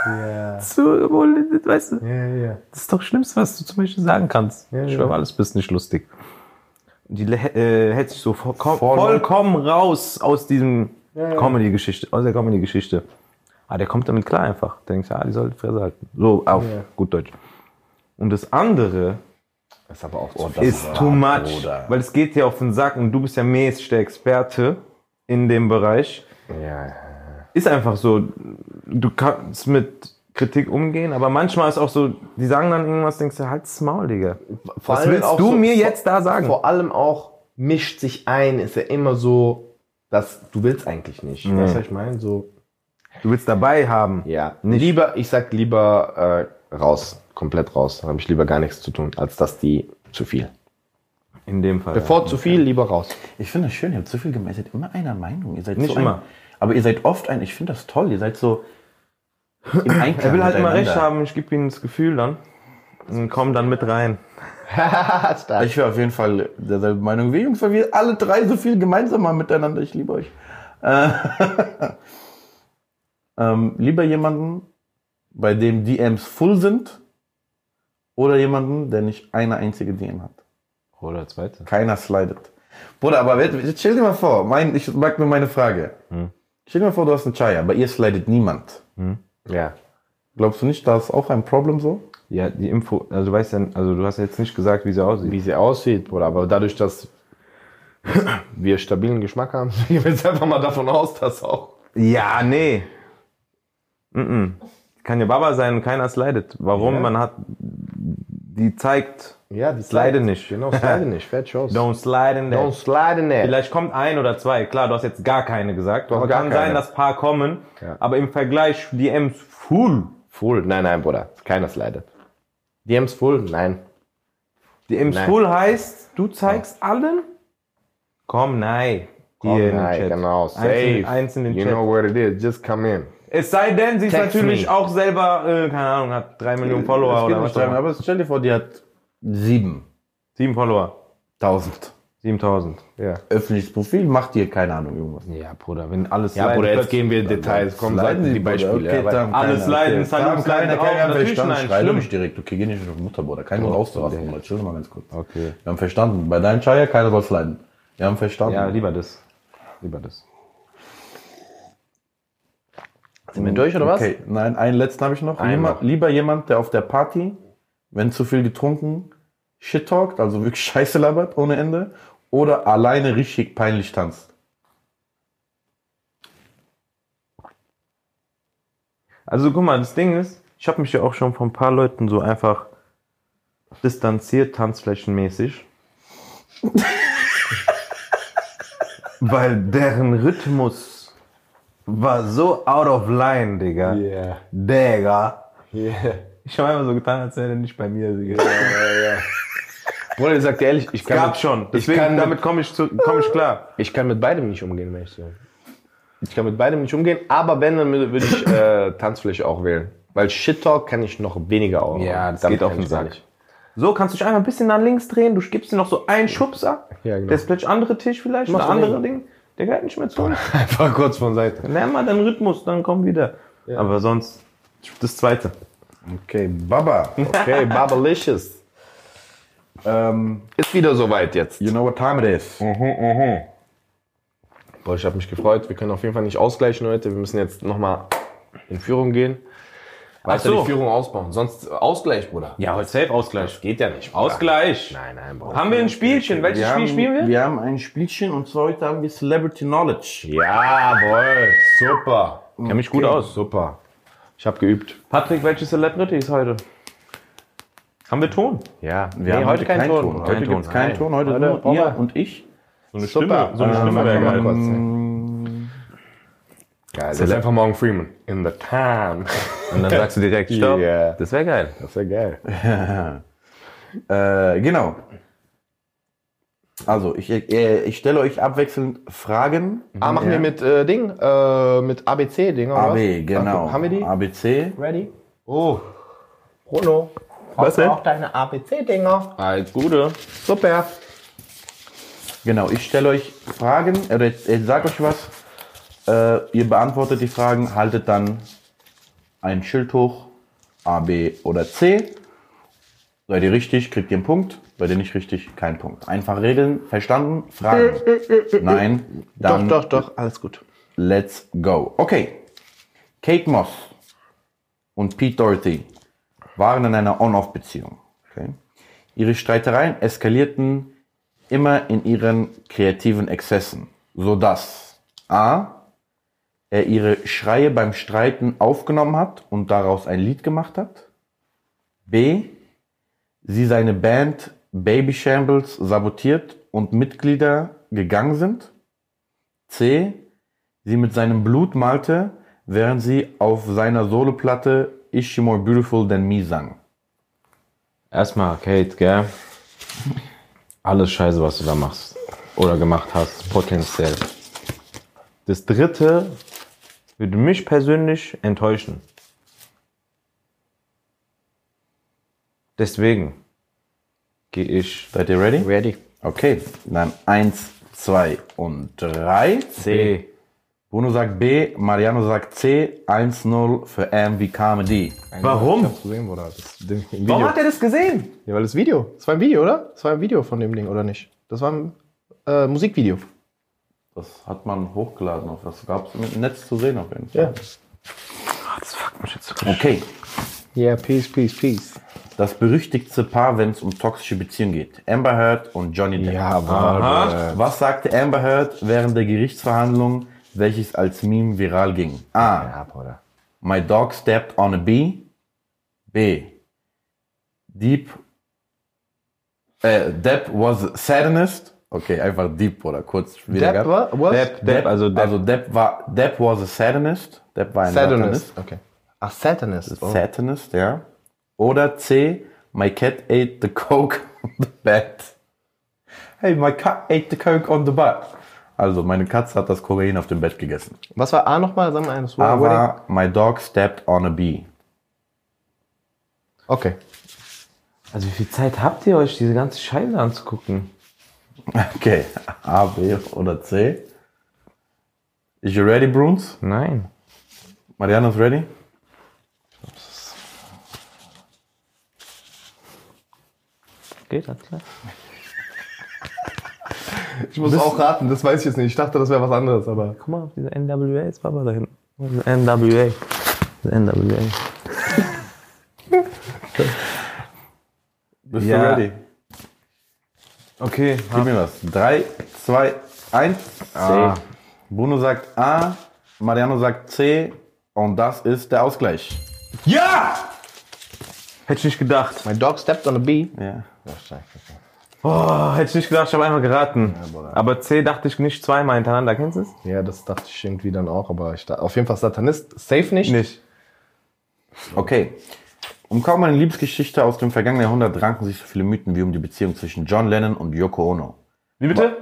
Speaker 2: Ja.
Speaker 1: So, wohl, das weißt du,
Speaker 2: Ja, ja.
Speaker 1: das ist doch das Schlimmste, was du zum Beispiel sagen kannst.
Speaker 2: Ja,
Speaker 1: ich
Speaker 2: ja.
Speaker 1: glaube, alles bist nicht lustig. Die le- äh, hält sich so vo kom-
Speaker 2: Voll-
Speaker 1: vollkommen raus aus diesem
Speaker 2: Ja, ja.
Speaker 1: Comedy-Geschichte, aus der Comedy-Geschichte. Ah, der kommt damit klar einfach. Der denkt, ja, die soll die Fresse halten. So, auf
Speaker 2: Ja.
Speaker 1: gut Deutsch. Und das andere
Speaker 2: Ist aber auch zu
Speaker 1: ist too much, weil es geht dir auf den Sack und du bist ja mäßig der Experte in dem Bereich.
Speaker 2: Ja, ja.
Speaker 1: Ist einfach so, du kannst mit Kritik umgehen, aber manchmal ist auch so, die sagen dann irgendwas, denkst du, halt's Maul, Digga.
Speaker 2: Vor
Speaker 1: Was
Speaker 2: allem
Speaker 1: willst
Speaker 2: auch
Speaker 1: du
Speaker 2: so-
Speaker 1: mir
Speaker 2: vor-
Speaker 1: jetzt da sagen?
Speaker 2: Vor allem auch mischt sich ein, ist ja immer so, dass du willst eigentlich nicht. Weißt du, was ich meine? So,
Speaker 1: Du willst dabei haben.
Speaker 2: ja. Lieber, ich sag lieber äh, raus, komplett raus. Dann habe ich lieber gar nichts zu tun, als dass die zu viel.
Speaker 1: In dem Fall.
Speaker 2: Bevor zu viel, lieber raus.
Speaker 3: Ich finde das schön, ihr habt so viel gemeint, ihr seid immer einer Meinung. Ihr seid
Speaker 1: Nicht
Speaker 3: so ein-
Speaker 1: immer.
Speaker 3: aber ihr seid oft ein, ich finde das toll, ihr seid so im Einklang
Speaker 1: Er will halt immer
Speaker 3: miteinander.
Speaker 1: recht haben, ich gebe ihm das Gefühl dann und komm dann mit rein.
Speaker 2: Stark.
Speaker 3: Also Ich wäre auf jeden Fall derselben Meinung wie Jungs, weil wir alle drei so viel gemeinsam haben miteinander. Ich liebe euch. Äh, ähm, lieber jemanden, bei dem DMs full sind, oder jemanden, der nicht eine einzige DM hat.
Speaker 1: Oder zweite.
Speaker 3: Keiner slidet. Bruder, aber wer- jetzt stell dir mal vor, mein, ich mag nur meine Frage.
Speaker 1: Hm.
Speaker 3: Stell dir mal vor, du hast einen Chaya, bei ihr slidet niemand.
Speaker 2: Ja.
Speaker 3: Glaubst du nicht, da ist auch ein Problem so?
Speaker 1: Ja, die Info, also du weißt ja, also du hast jetzt nicht gesagt, wie sie aussieht.
Speaker 2: wie sie aussieht, Bruder. Aber dadurch, dass wir stabilen Geschmack haben, gehen wir jetzt einfach mal davon aus, dass auch.
Speaker 1: Ja, nee. Mm -mm. Kann ja Baba sein und keiner slidet. Warum?
Speaker 2: Ja.
Speaker 1: Man hat, die zeigt,
Speaker 2: Ja, die
Speaker 1: Slide nicht.
Speaker 2: Genau, slide nicht. Fat Shows.
Speaker 1: don't slide in
Speaker 2: Don't
Speaker 1: there.
Speaker 2: slide in there.
Speaker 1: Vielleicht kommt ein oder zwei. Klar, du hast jetzt gar keine gesagt.
Speaker 2: hast
Speaker 1: Aber
Speaker 2: gar
Speaker 1: kann
Speaker 2: keine.
Speaker 1: sein, dass paar kommen.
Speaker 2: Ja.
Speaker 1: Aber im Vergleich DMs full.
Speaker 2: Full. Nein, nein, Bruder. Keiner slidet. DMs full? Nein.
Speaker 1: DMs
Speaker 2: Nein.
Speaker 1: full heißt, du zeigst allen? Komm, nein. Die in den
Speaker 2: nein,
Speaker 1: Chat.
Speaker 2: genau.
Speaker 1: Eins in-
Speaker 2: Safe.
Speaker 1: Eins in den
Speaker 2: you
Speaker 1: Chat.
Speaker 2: know what it is. Just come in.
Speaker 1: Es sei denn, sie ist
Speaker 2: Text Äh,
Speaker 1: natürlich
Speaker 2: me.
Speaker 1: auch selber, äh, keine Ahnung, hat drei Millionen Follower
Speaker 3: Es geht
Speaker 1: oder was
Speaker 3: nicht
Speaker 1: auch
Speaker 3: rein,
Speaker 1: immer.
Speaker 3: aber stell dir vor, die hat 7000.
Speaker 1: Sieben Follower. 7000.
Speaker 2: Ja.
Speaker 3: Öffentliches Profil, macht dir keine Ahnung irgendwas.
Speaker 1: Ja, Bruder, wenn alles
Speaker 2: Ja, Bruder, jetzt
Speaker 1: plötzlich-
Speaker 2: gehen wir in Details. Komm,
Speaker 3: Leiden
Speaker 2: seiten
Speaker 3: Sie,
Speaker 2: die
Speaker 3: Bruder,
Speaker 2: Beispiele.
Speaker 3: okay,
Speaker 2: aber-
Speaker 3: dann
Speaker 1: Alles
Speaker 3: keiner,
Speaker 1: leiden,
Speaker 3: okay.
Speaker 1: Salut,
Speaker 3: Dann
Speaker 1: leiden
Speaker 3: keiner,
Speaker 1: auch,
Speaker 3: keiner,
Speaker 1: natürlich
Speaker 3: verstanden,
Speaker 1: nein,
Speaker 3: schreie
Speaker 1: schlimm.
Speaker 3: mich direkt. Okay, geh nicht auf Mutter, Bruder. Keiner
Speaker 2: Genau.
Speaker 3: soll ausrasten, Bruder. Chill mal ganz kurz.
Speaker 1: Okay.
Speaker 3: Wir haben verstanden. Bei deinen Chaya, keiner soll leiden. Wir haben verstanden.
Speaker 1: Ja, lieber das. Lieber das.
Speaker 2: Sind wir durch oder was?
Speaker 3: Okay, nein, einen letzten habe ich noch. Lieber,
Speaker 2: noch.
Speaker 3: lieber jemand, der auf der Party, wenn zu viel getrunken, shit talkt, also wirklich Scheiße labert ohne Ende, oder alleine richtig peinlich tanzt.
Speaker 1: Also guck mal, das Ding ist, ich habe mich ja auch schon von ein paar Leuten so einfach distanziert, tanzflächenmäßig. Weil deren Rhythmus war so out of line, Digga.
Speaker 2: Yeah.
Speaker 1: Digga.
Speaker 2: Yeah.
Speaker 1: Ich habe einfach so getan, als wäre der nicht bei mir, Digga.
Speaker 2: Bruder, ich sag dir ehrlich, ich kann,
Speaker 1: Gab
Speaker 2: mit,
Speaker 1: schon.
Speaker 2: Ich
Speaker 1: Deswegen,
Speaker 2: kann,
Speaker 1: damit komme ich, zu- komm ich klar.
Speaker 2: ich kann mit beidem nicht umgehen, wenn ich so. Ich kann mit beidem nicht umgehen, aber wenn, dann würde ich äh, Tanzfläche auch wählen. Weil Shit-Talk kann ich noch weniger auch.
Speaker 1: Ja, das
Speaker 2: Damit
Speaker 1: geht auf
Speaker 2: kann
Speaker 1: den
Speaker 2: ich gar
Speaker 1: Sack.
Speaker 2: nicht.
Speaker 1: So, kannst du dich einmal ein bisschen nach links drehen, du gibst dir noch so einen Schubser.
Speaker 2: Ja, genau.
Speaker 1: Der ist vielleicht andere Tisch vielleicht, ein
Speaker 2: Mach so
Speaker 1: andere
Speaker 2: einen.
Speaker 1: Ding. Der gehört nicht mehr zu uns.
Speaker 2: Einfach kurz von Seite.
Speaker 1: Lern mal deinen Rhythmus, dann komm wieder. Aber sonst, das Zweite.
Speaker 3: Okay, Baba.
Speaker 2: Okay, Barbalicious.
Speaker 3: ähm,
Speaker 2: Ist wieder soweit jetzt.
Speaker 3: you know what time it is.
Speaker 2: Boah, ich habe mich gefreut. Wir können auf jeden Fall nicht ausgleichen heute. Wir müssen jetzt nochmal in Führung gehen. Weiter
Speaker 1: so.
Speaker 2: die Führung ausbauen. Sonst äh, Ausgleich, Bruder.
Speaker 1: Ja, heute safe Ausgleich.
Speaker 2: Geht ja nicht. Bruder.
Speaker 1: Ausgleich.
Speaker 2: Nein, nein, Bruder.
Speaker 1: Haben wir ein Spielchen? Welches
Speaker 3: Wir
Speaker 1: Spiel
Speaker 3: haben,
Speaker 1: spielen wir?
Speaker 3: wir haben ein Spielchen und zwar heute haben wir Celebrity Knowledge.
Speaker 2: Jawohl, super. Kenn mich gut
Speaker 1: Okay.
Speaker 2: aus. Super. Ich habe geübt.
Speaker 1: Patrick, welche Celebrity ist heute? Haben wir Ton?
Speaker 2: Ja,
Speaker 3: Wir haben heute keinen Ton. Heute
Speaker 1: Kein
Speaker 3: gibt es
Speaker 1: Ton,
Speaker 3: keinen
Speaker 1: nein.
Speaker 3: Ton, heute,
Speaker 2: Heute
Speaker 3: nur ihr
Speaker 2: Baba.
Speaker 3: und ich.
Speaker 1: So eine
Speaker 2: Super.
Speaker 1: Stimme, so eine
Speaker 2: Ähm,
Speaker 1: Stimme wäre
Speaker 2: kann man
Speaker 1: geil.
Speaker 2: kurz sein. Geil, das ist einfach Morgan Freeman. In the time.
Speaker 1: Und dann sagst du direkt, stopp.
Speaker 2: Yeah.
Speaker 1: Das wäre geil.
Speaker 2: Das wäre geil.
Speaker 3: Äh, genau. Also, ich, äh, ich stelle euch abwechselnd Fragen.
Speaker 2: Ah, machen wir mit äh, Ding? Äh, mit ABC-Ding oder was?
Speaker 3: AB, genau.
Speaker 2: Ach, haben wir die?
Speaker 3: ABC.
Speaker 2: Ready? Oh. Bruno. Was denn? auch deine ABC-Dinger.
Speaker 1: Alles Gute.
Speaker 2: Super.
Speaker 3: Genau, ich stelle euch Fragen, oder ich, ich sage euch was. Äh, ihr beantwortet die Fragen, haltet dann ein Schild hoch, A, B oder C. Seid ihr richtig, kriegt ihr einen Punkt. Seid ihr nicht richtig, kein Punkt. Einfach Regeln, verstanden? Fragen?
Speaker 2: Äh,
Speaker 3: Nein? Dann
Speaker 2: doch, doch, doch. Alles gut.
Speaker 3: let's go. Okay. Kate Moss und Pete Doherty waren in einer On-Off-Beziehung. Okay. Ihre Streitereien eskalierten immer in ihren kreativen Exzessen, sodass A. er ihre Schreie beim Streiten aufgenommen hat und daraus ein Lied gemacht hat. B. sie seine Band Baby Shambles sabotiert und Mitglieder gegangen sind. C. sie mit seinem Blut malte, während sie auf seiner Soloplatte Is She More Beautiful Than Me sang.
Speaker 1: Erstmal, Kate, gell? Alles scheiße, was du da machst. Oder gemacht hast, potenziell. Das dritte würde mich persönlich enttäuschen. Deswegen gehe ich.
Speaker 3: Seid ihr ready?
Speaker 2: Ready.
Speaker 3: Okay, dann eins, zwei und drei.
Speaker 1: C.
Speaker 3: Bruno sagt B, Mariano sagt C, 1-0 für MV Comedy.
Speaker 1: Warum?
Speaker 2: Ich hab's gesehen, Bruder. Das Ding im
Speaker 1: Warum
Speaker 2: Video.
Speaker 1: hat er das gesehen?
Speaker 2: Ja, weil das Video. Das war ein Video, oder? Das war ein Video von dem Ding, oder nicht? Das war ein äh, Musikvideo.
Speaker 3: Das hat man hochgeladen, auf das gab es im Netz zu sehen auf jeden Fall.
Speaker 1: Ah, Das fuckt mich jetzt
Speaker 3: Okay,
Speaker 2: Yeah, peace, peace, peace.
Speaker 3: das berüchtigte Paar, wenn es um toxische Beziehungen geht. Amber Heard und Johnny Depp.
Speaker 1: Aha.
Speaker 3: Was sagte Amber Heard während der Gerichtsverhandlung, welches als Meme viral ging?
Speaker 1: Ah,
Speaker 3: A.
Speaker 2: Ja, Bruder.
Speaker 3: My dog stepped on a bee. B. Deep. Äh, Depp was sadness. Okay, einfach Deep oder kurz wieder.
Speaker 2: Depp wa- was?
Speaker 3: Depp, Depp, also Depp. also Depp war Depp was a satanist. Depp war ein Satanist.
Speaker 2: Satanist. Okay. Ach, Satanist. Oh.
Speaker 3: Satanist, ja. Oder C. My cat ate the coke on the bed. Hey, my cat ate the coke on the bed. Also, meine Katze hat das Kokain auf dem Bett gegessen.
Speaker 2: Was war A nochmal? Sag mal eines
Speaker 3: Ah,
Speaker 2: Wort.
Speaker 3: Aber my dog stepped on a bee.
Speaker 2: Okay. Ah.
Speaker 1: Also, wie viel Zeit habt ihr euch, diese ganze Scheiße anzugucken?
Speaker 3: Okay, A, B oder C. Is you ready, Bruns?
Speaker 1: Nein.
Speaker 3: Mariano's ready?
Speaker 1: Geht, alles klar.
Speaker 2: Ich muss auch raten, das weiß ich jetzt nicht. Ich dachte, das wäre was anderes, aber.
Speaker 1: Guck mal, diese NWA ist Papa da hinten. Diese NWA. Diese NWA.
Speaker 3: Bist
Speaker 1: Ja.
Speaker 3: du ready?
Speaker 1: Okay,
Speaker 3: Gib mir was. 3, 2, 1.
Speaker 1: Ah.
Speaker 3: Bruno sagt A, Mariano sagt C und das ist der Ausgleich.
Speaker 1: Ja! Hätte ich nicht gedacht.
Speaker 2: My dog stepped on a bee.
Speaker 3: Ja.
Speaker 1: Oh, hätte ich nicht gedacht, ich habe einmal geraten. Aber C dachte ich nicht zweimal hintereinander. Kennst du es?
Speaker 2: Ja, das dachte ich irgendwie dann auch, aber ich dachte, auf jeden Fall Satanist. Safe nicht.
Speaker 1: Nicht.
Speaker 3: Okay. Um kaum eine Liebesgeschichte aus dem vergangenen Jahrhundert ranken sich so viele Mythen wie um die Beziehung zwischen John Lennon und Yoko Ono.
Speaker 1: Wie bitte?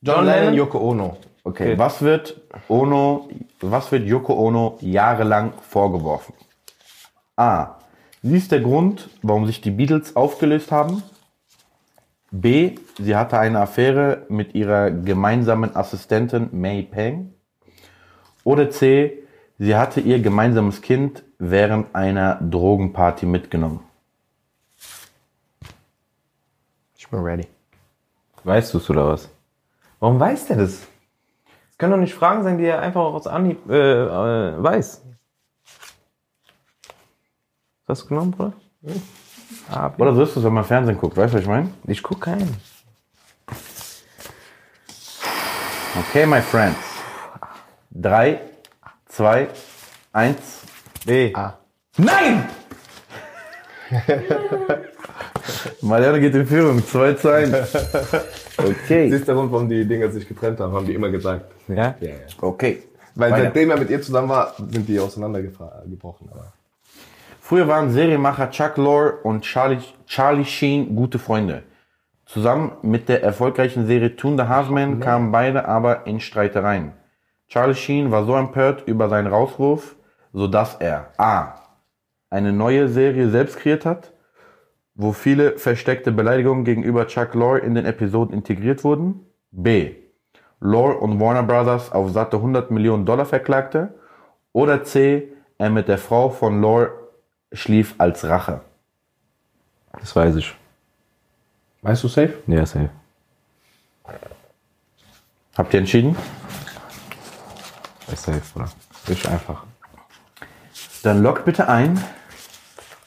Speaker 2: John Lennon, Yoko Ono.
Speaker 3: Okay, was wird Ono, was wird Yoko Ono jahrelang vorgeworfen? A. Sie ist der Grund, warum sich die Beatles aufgelöst haben. B. Sie hatte eine Affäre mit ihrer gemeinsamen Assistentin May Peng. Oder C. Sie hatte ihr gemeinsames Kind während einer Drogenparty mitgenommen.
Speaker 2: Ich bin Oh, ready.
Speaker 1: Weißt du es oder was? Warum weiß der das? Es können doch nicht Fragen sein, die er einfach aus Anhieb äh, äh, weiß. Was hast du genommen, Bruder?
Speaker 2: Hm.
Speaker 1: Ah,
Speaker 3: Oder so ist es, wenn man Fernsehen guckt. Weißt du, was ich meine?
Speaker 1: ich guck keinen.
Speaker 3: Okay, my friends. Drei, zwei, eins.
Speaker 1: B.
Speaker 2: Ah.
Speaker 1: Nein!
Speaker 3: Mariano geht in Führung. Zwei zu eins. Okay.
Speaker 2: Siehst du, warum die Dinger sich getrennt haben, haben die immer gesagt.
Speaker 1: Ja?
Speaker 3: Okay.
Speaker 2: Weil
Speaker 3: Weiter.
Speaker 2: seitdem er mit ihr zusammen war, sind die auseinandergebrochen. Aber
Speaker 3: Früher waren Serienmacher Chuck Lorre und Charlie, Charlie Sheen gute Freunde. Zusammen mit der erfolgreichen Serie Toon the Halfman kamen beide aber in Streitereien. Charlie Sheen war so empört über seinen Rauswurf, sodass er a. eine neue Serie selbst kreiert hat, wo viele versteckte Beleidigungen gegenüber Chuck Lorre in den Episoden integriert wurden. b. Lorre und Warner Brothers auf satte 100 Millionen Dollar verklagte. Oder c. er mit der Frau von Lorre schlief als Rache.
Speaker 1: Das weiß ich.
Speaker 2: weißt du safe?
Speaker 1: Ja, safe.
Speaker 3: Habt ihr entschieden?
Speaker 1: Ist safe, Bruder.
Speaker 2: Ich einfach.
Speaker 3: Dann loggt bitte ein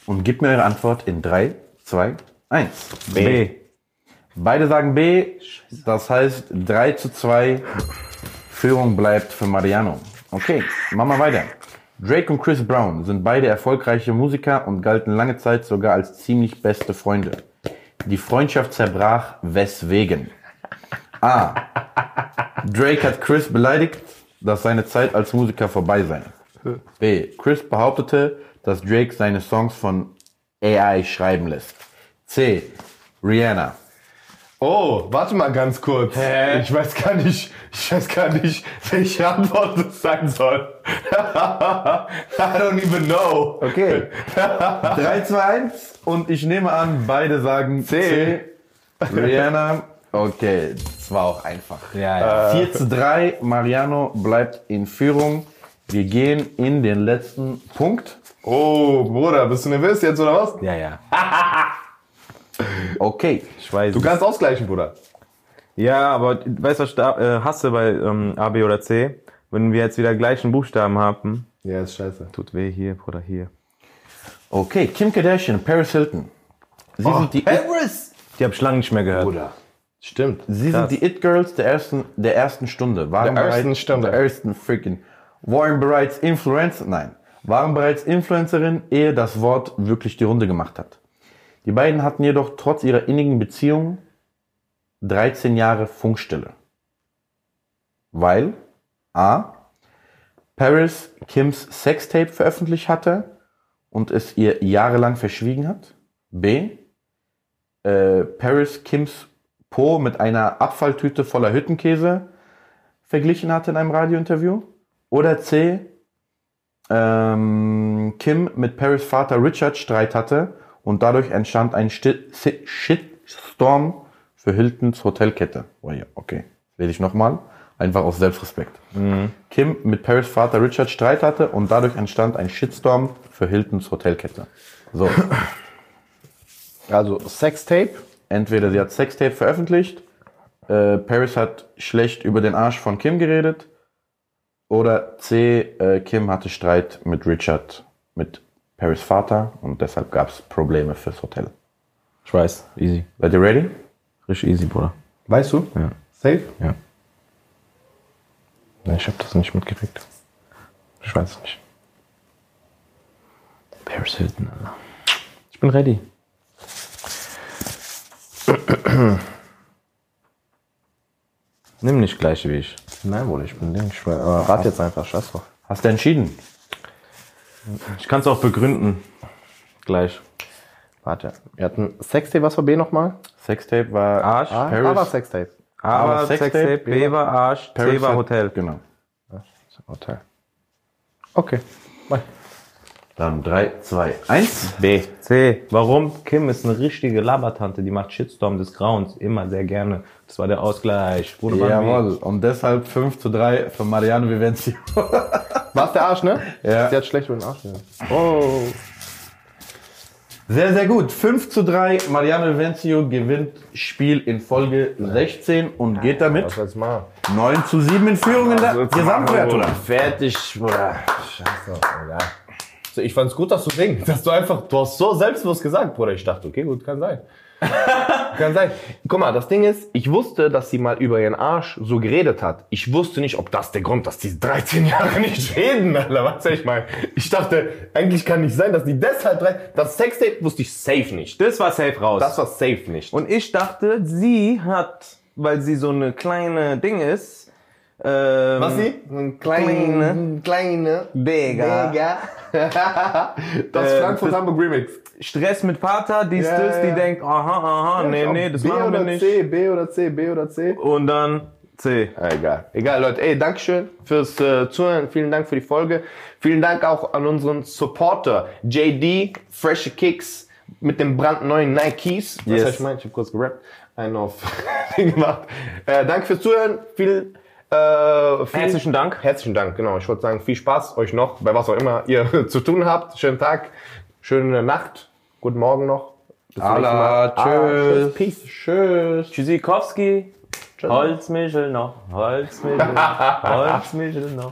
Speaker 3: und gebt mir eure Antwort in 3, 2, 1.
Speaker 1: B.
Speaker 3: Beide sagen B, das heißt 3 zu 2, Führung bleibt für Mariano. Okay, machen wir weiter. Drake und Chris Brown sind beide erfolgreiche Musiker und galten lange Zeit sogar als ziemlich beste Freunde. Die Freundschaft zerbrach weswegen? A. Drake hat Chris beleidigt, dass seine Zeit als Musiker vorbei sei. B. Chris behauptete, dass Drake seine Songs von AI schreiben lässt. C. Rihanna.
Speaker 2: Oh, warte mal ganz kurz. Ich weiß gar nicht, ich weiß gar nicht, welche Antwort das sein soll. I don't even know.
Speaker 3: Okay. 3, 2, 1. Und ich nehme an, beide sagen C. Rihanna. Okay, das war auch einfach.
Speaker 1: Ja, ja.
Speaker 3: 4 zu 3. Mariano bleibt in Führung. Wir gehen in den letzten Punkt.
Speaker 2: Oh, Bruder, bist du nervös jetzt oder was?
Speaker 1: Ja, ja.
Speaker 3: Okay.
Speaker 1: Ich weiß.
Speaker 2: Du kannst ausgleichen, Bruder.
Speaker 1: Ja, aber weißt du, was ich da, äh, hasse bei ähm, A, B oder C? Wenn wir jetzt wieder gleichen Buchstaben haben.
Speaker 2: Ja, ist scheiße.
Speaker 1: Tut weh hier, Bruder, hier.
Speaker 3: Okay, Kim Kardashian, Paris Hilton. Sie sind die
Speaker 2: Everest!
Speaker 1: Die hab ich lange nicht mehr gehört.
Speaker 2: Bruder. Stimmt.
Speaker 3: Sie sind die It-Girls der ersten, der ersten Stunde. Waren
Speaker 2: Der ersten
Speaker 3: bereits-
Speaker 2: Stunde.
Speaker 3: Der ersten freaking. Waren bereits Influencer, nein. Waren bereits Influencerin, ehe das Wort wirklich die Runde gemacht hat. Die beiden hatten jedoch trotz ihrer innigen Beziehung 13 Jahre Funkstille. Weil A. Paris Kims Sextape veröffentlicht hatte und es ihr jahrelang verschwiegen hat. B. Äh, Paris Kims Po mit einer Abfalltüte voller Hüttenkäse verglichen hatte in einem Radiointerview. Oder C. Ähm, Kim mit Paris Vater Richard Streit hatte und dadurch entstand ein Sti- Si- Shitstorm für Hiltons Hotelkette. Oh ja, okay. Lese ich nochmal. Einfach aus Selbstrespekt. Kim mit Paris Vater Richard Streit hatte und dadurch entstand ein Shitstorm für Hiltons Hotelkette. So.
Speaker 2: Also Sextape.
Speaker 3: entweder sie hat Sextape veröffentlicht, äh, Paris hat schlecht über den Arsch von Kim geredet, oder C, äh, Kim hatte Streit mit Richard, mit Paris Vater und deshalb gab es Probleme fürs Hotel.
Speaker 1: Ich weiß. Easy.
Speaker 3: Seid ihr ready?
Speaker 1: Richtig easy, Bruder.
Speaker 2: Weißt du?
Speaker 1: Ja.
Speaker 2: Safe?
Speaker 1: Ja.
Speaker 2: Nein, ich hab das nicht mitgekriegt. Ich weiß es nicht.
Speaker 1: Paris Hilton, Alter. Ich bin ready. Nimm nicht gleich wie ich.
Speaker 2: Nein, Bruder, ich bin nicht. Ich äh, rat jetzt einfach, scheiß drauf.
Speaker 3: Hast du entschieden?
Speaker 1: Ich kann es auch begründen. Gleich.
Speaker 2: Warte, wir hatten Sextape, was war B nochmal?
Speaker 3: Sextape war
Speaker 1: Arsch.
Speaker 2: Ah,
Speaker 3: Paris.
Speaker 2: A war Sextape.
Speaker 1: A war
Speaker 3: Sextape,
Speaker 1: Sextape, B
Speaker 3: B
Speaker 1: war Arsch, C war
Speaker 3: Parasite-
Speaker 1: Hotel.
Speaker 3: Genau.
Speaker 2: Hotel. Oh, Okay.
Speaker 3: Dann 3, 2, 1.
Speaker 1: B. C. Warum? Kim ist eine richtige Labertante, die macht Shitstorm des Grauens immer sehr gerne. Das war der Ausgleich. Wurde
Speaker 3: Jawohl. Und deshalb 5 zu 3 für Mariano Vivencio.
Speaker 2: War's der Arsch, ne?
Speaker 3: Ja.
Speaker 2: Sie hat schlecht über den Arsch. Ja. Oh.
Speaker 3: Sehr, sehr gut. 5 zu 3. Mariano Vivencio gewinnt Spiel in Folge 16 und geht damit
Speaker 2: Was soll's machen?
Speaker 3: 9 zu 7 in Führung in
Speaker 2: Also,
Speaker 3: der Gesamtwert, oder?
Speaker 2: Fertig, Bruder. Scheiße, Bruder.
Speaker 5: So, Ich fand's gut, dass du singst, dass du einfach, du hast so selbstlos gesagt, Bruder. Ich dachte, okay, gut, kann sein.
Speaker 2: Kann sein. Guck mal, das Ding ist, ich wusste, dass sie mal über ihren Arsch so geredet hat. Ich wusste nicht, ob das der Grund, dass die 13 Jahre nicht
Speaker 5: Reden, Alter, was soll ich meinen? Ich dachte, eigentlich kann nicht sein, dass die deshalb drei, das Sextape wusste ich safe nicht.
Speaker 1: Das war safe raus.
Speaker 5: Das war safe nicht.
Speaker 1: Und ich dachte, sie hat, weil sie so eine kleine Ding ist, ähm,
Speaker 5: was sie?
Speaker 1: Kleine.
Speaker 5: kleine,
Speaker 1: Digga.
Speaker 2: Das
Speaker 1: Äh,
Speaker 2: Frankfurt
Speaker 1: das-
Speaker 2: Hamburg Remix.
Speaker 1: Stress mit Vater, dies,
Speaker 2: Ja,
Speaker 1: das, die
Speaker 2: ja.
Speaker 1: denkt, aha, aha, nee, Äh, nee, das
Speaker 2: B
Speaker 1: machen wir
Speaker 2: oder
Speaker 1: nicht.
Speaker 2: C, B oder C, B oder C.
Speaker 1: Und dann C.
Speaker 2: Ah, Egal. Egal, Leute. Ey, Dankeschön fürs äh, Zuhören. Vielen Dank für die Folge. Vielen Dank auch an unseren Supporter, JD, Fresh Kicks mit den brandneuen Nikes. Was
Speaker 1: Yes.
Speaker 2: hab ich meint? Ich habe kurz gerappt. Einen auf Ding gemacht. Äh, danke fürs Zuhören. Viel, äh, viel
Speaker 1: Herzlichen Dank.
Speaker 2: Herzlichen Dank, genau. Ich wollte sagen, viel Spaß euch noch, bei was auch immer ihr zu tun habt. Schönen Tag, schöne Nacht, guten Morgen noch. Bis zum nächsten Mal.
Speaker 3: Allah,
Speaker 2: Allah, tschüss.
Speaker 3: tschüss.
Speaker 2: Peace.
Speaker 3: Tschüss.
Speaker 1: Tschüssikowski. Holzmichel noch, Holzmichel, Holzmichel noch.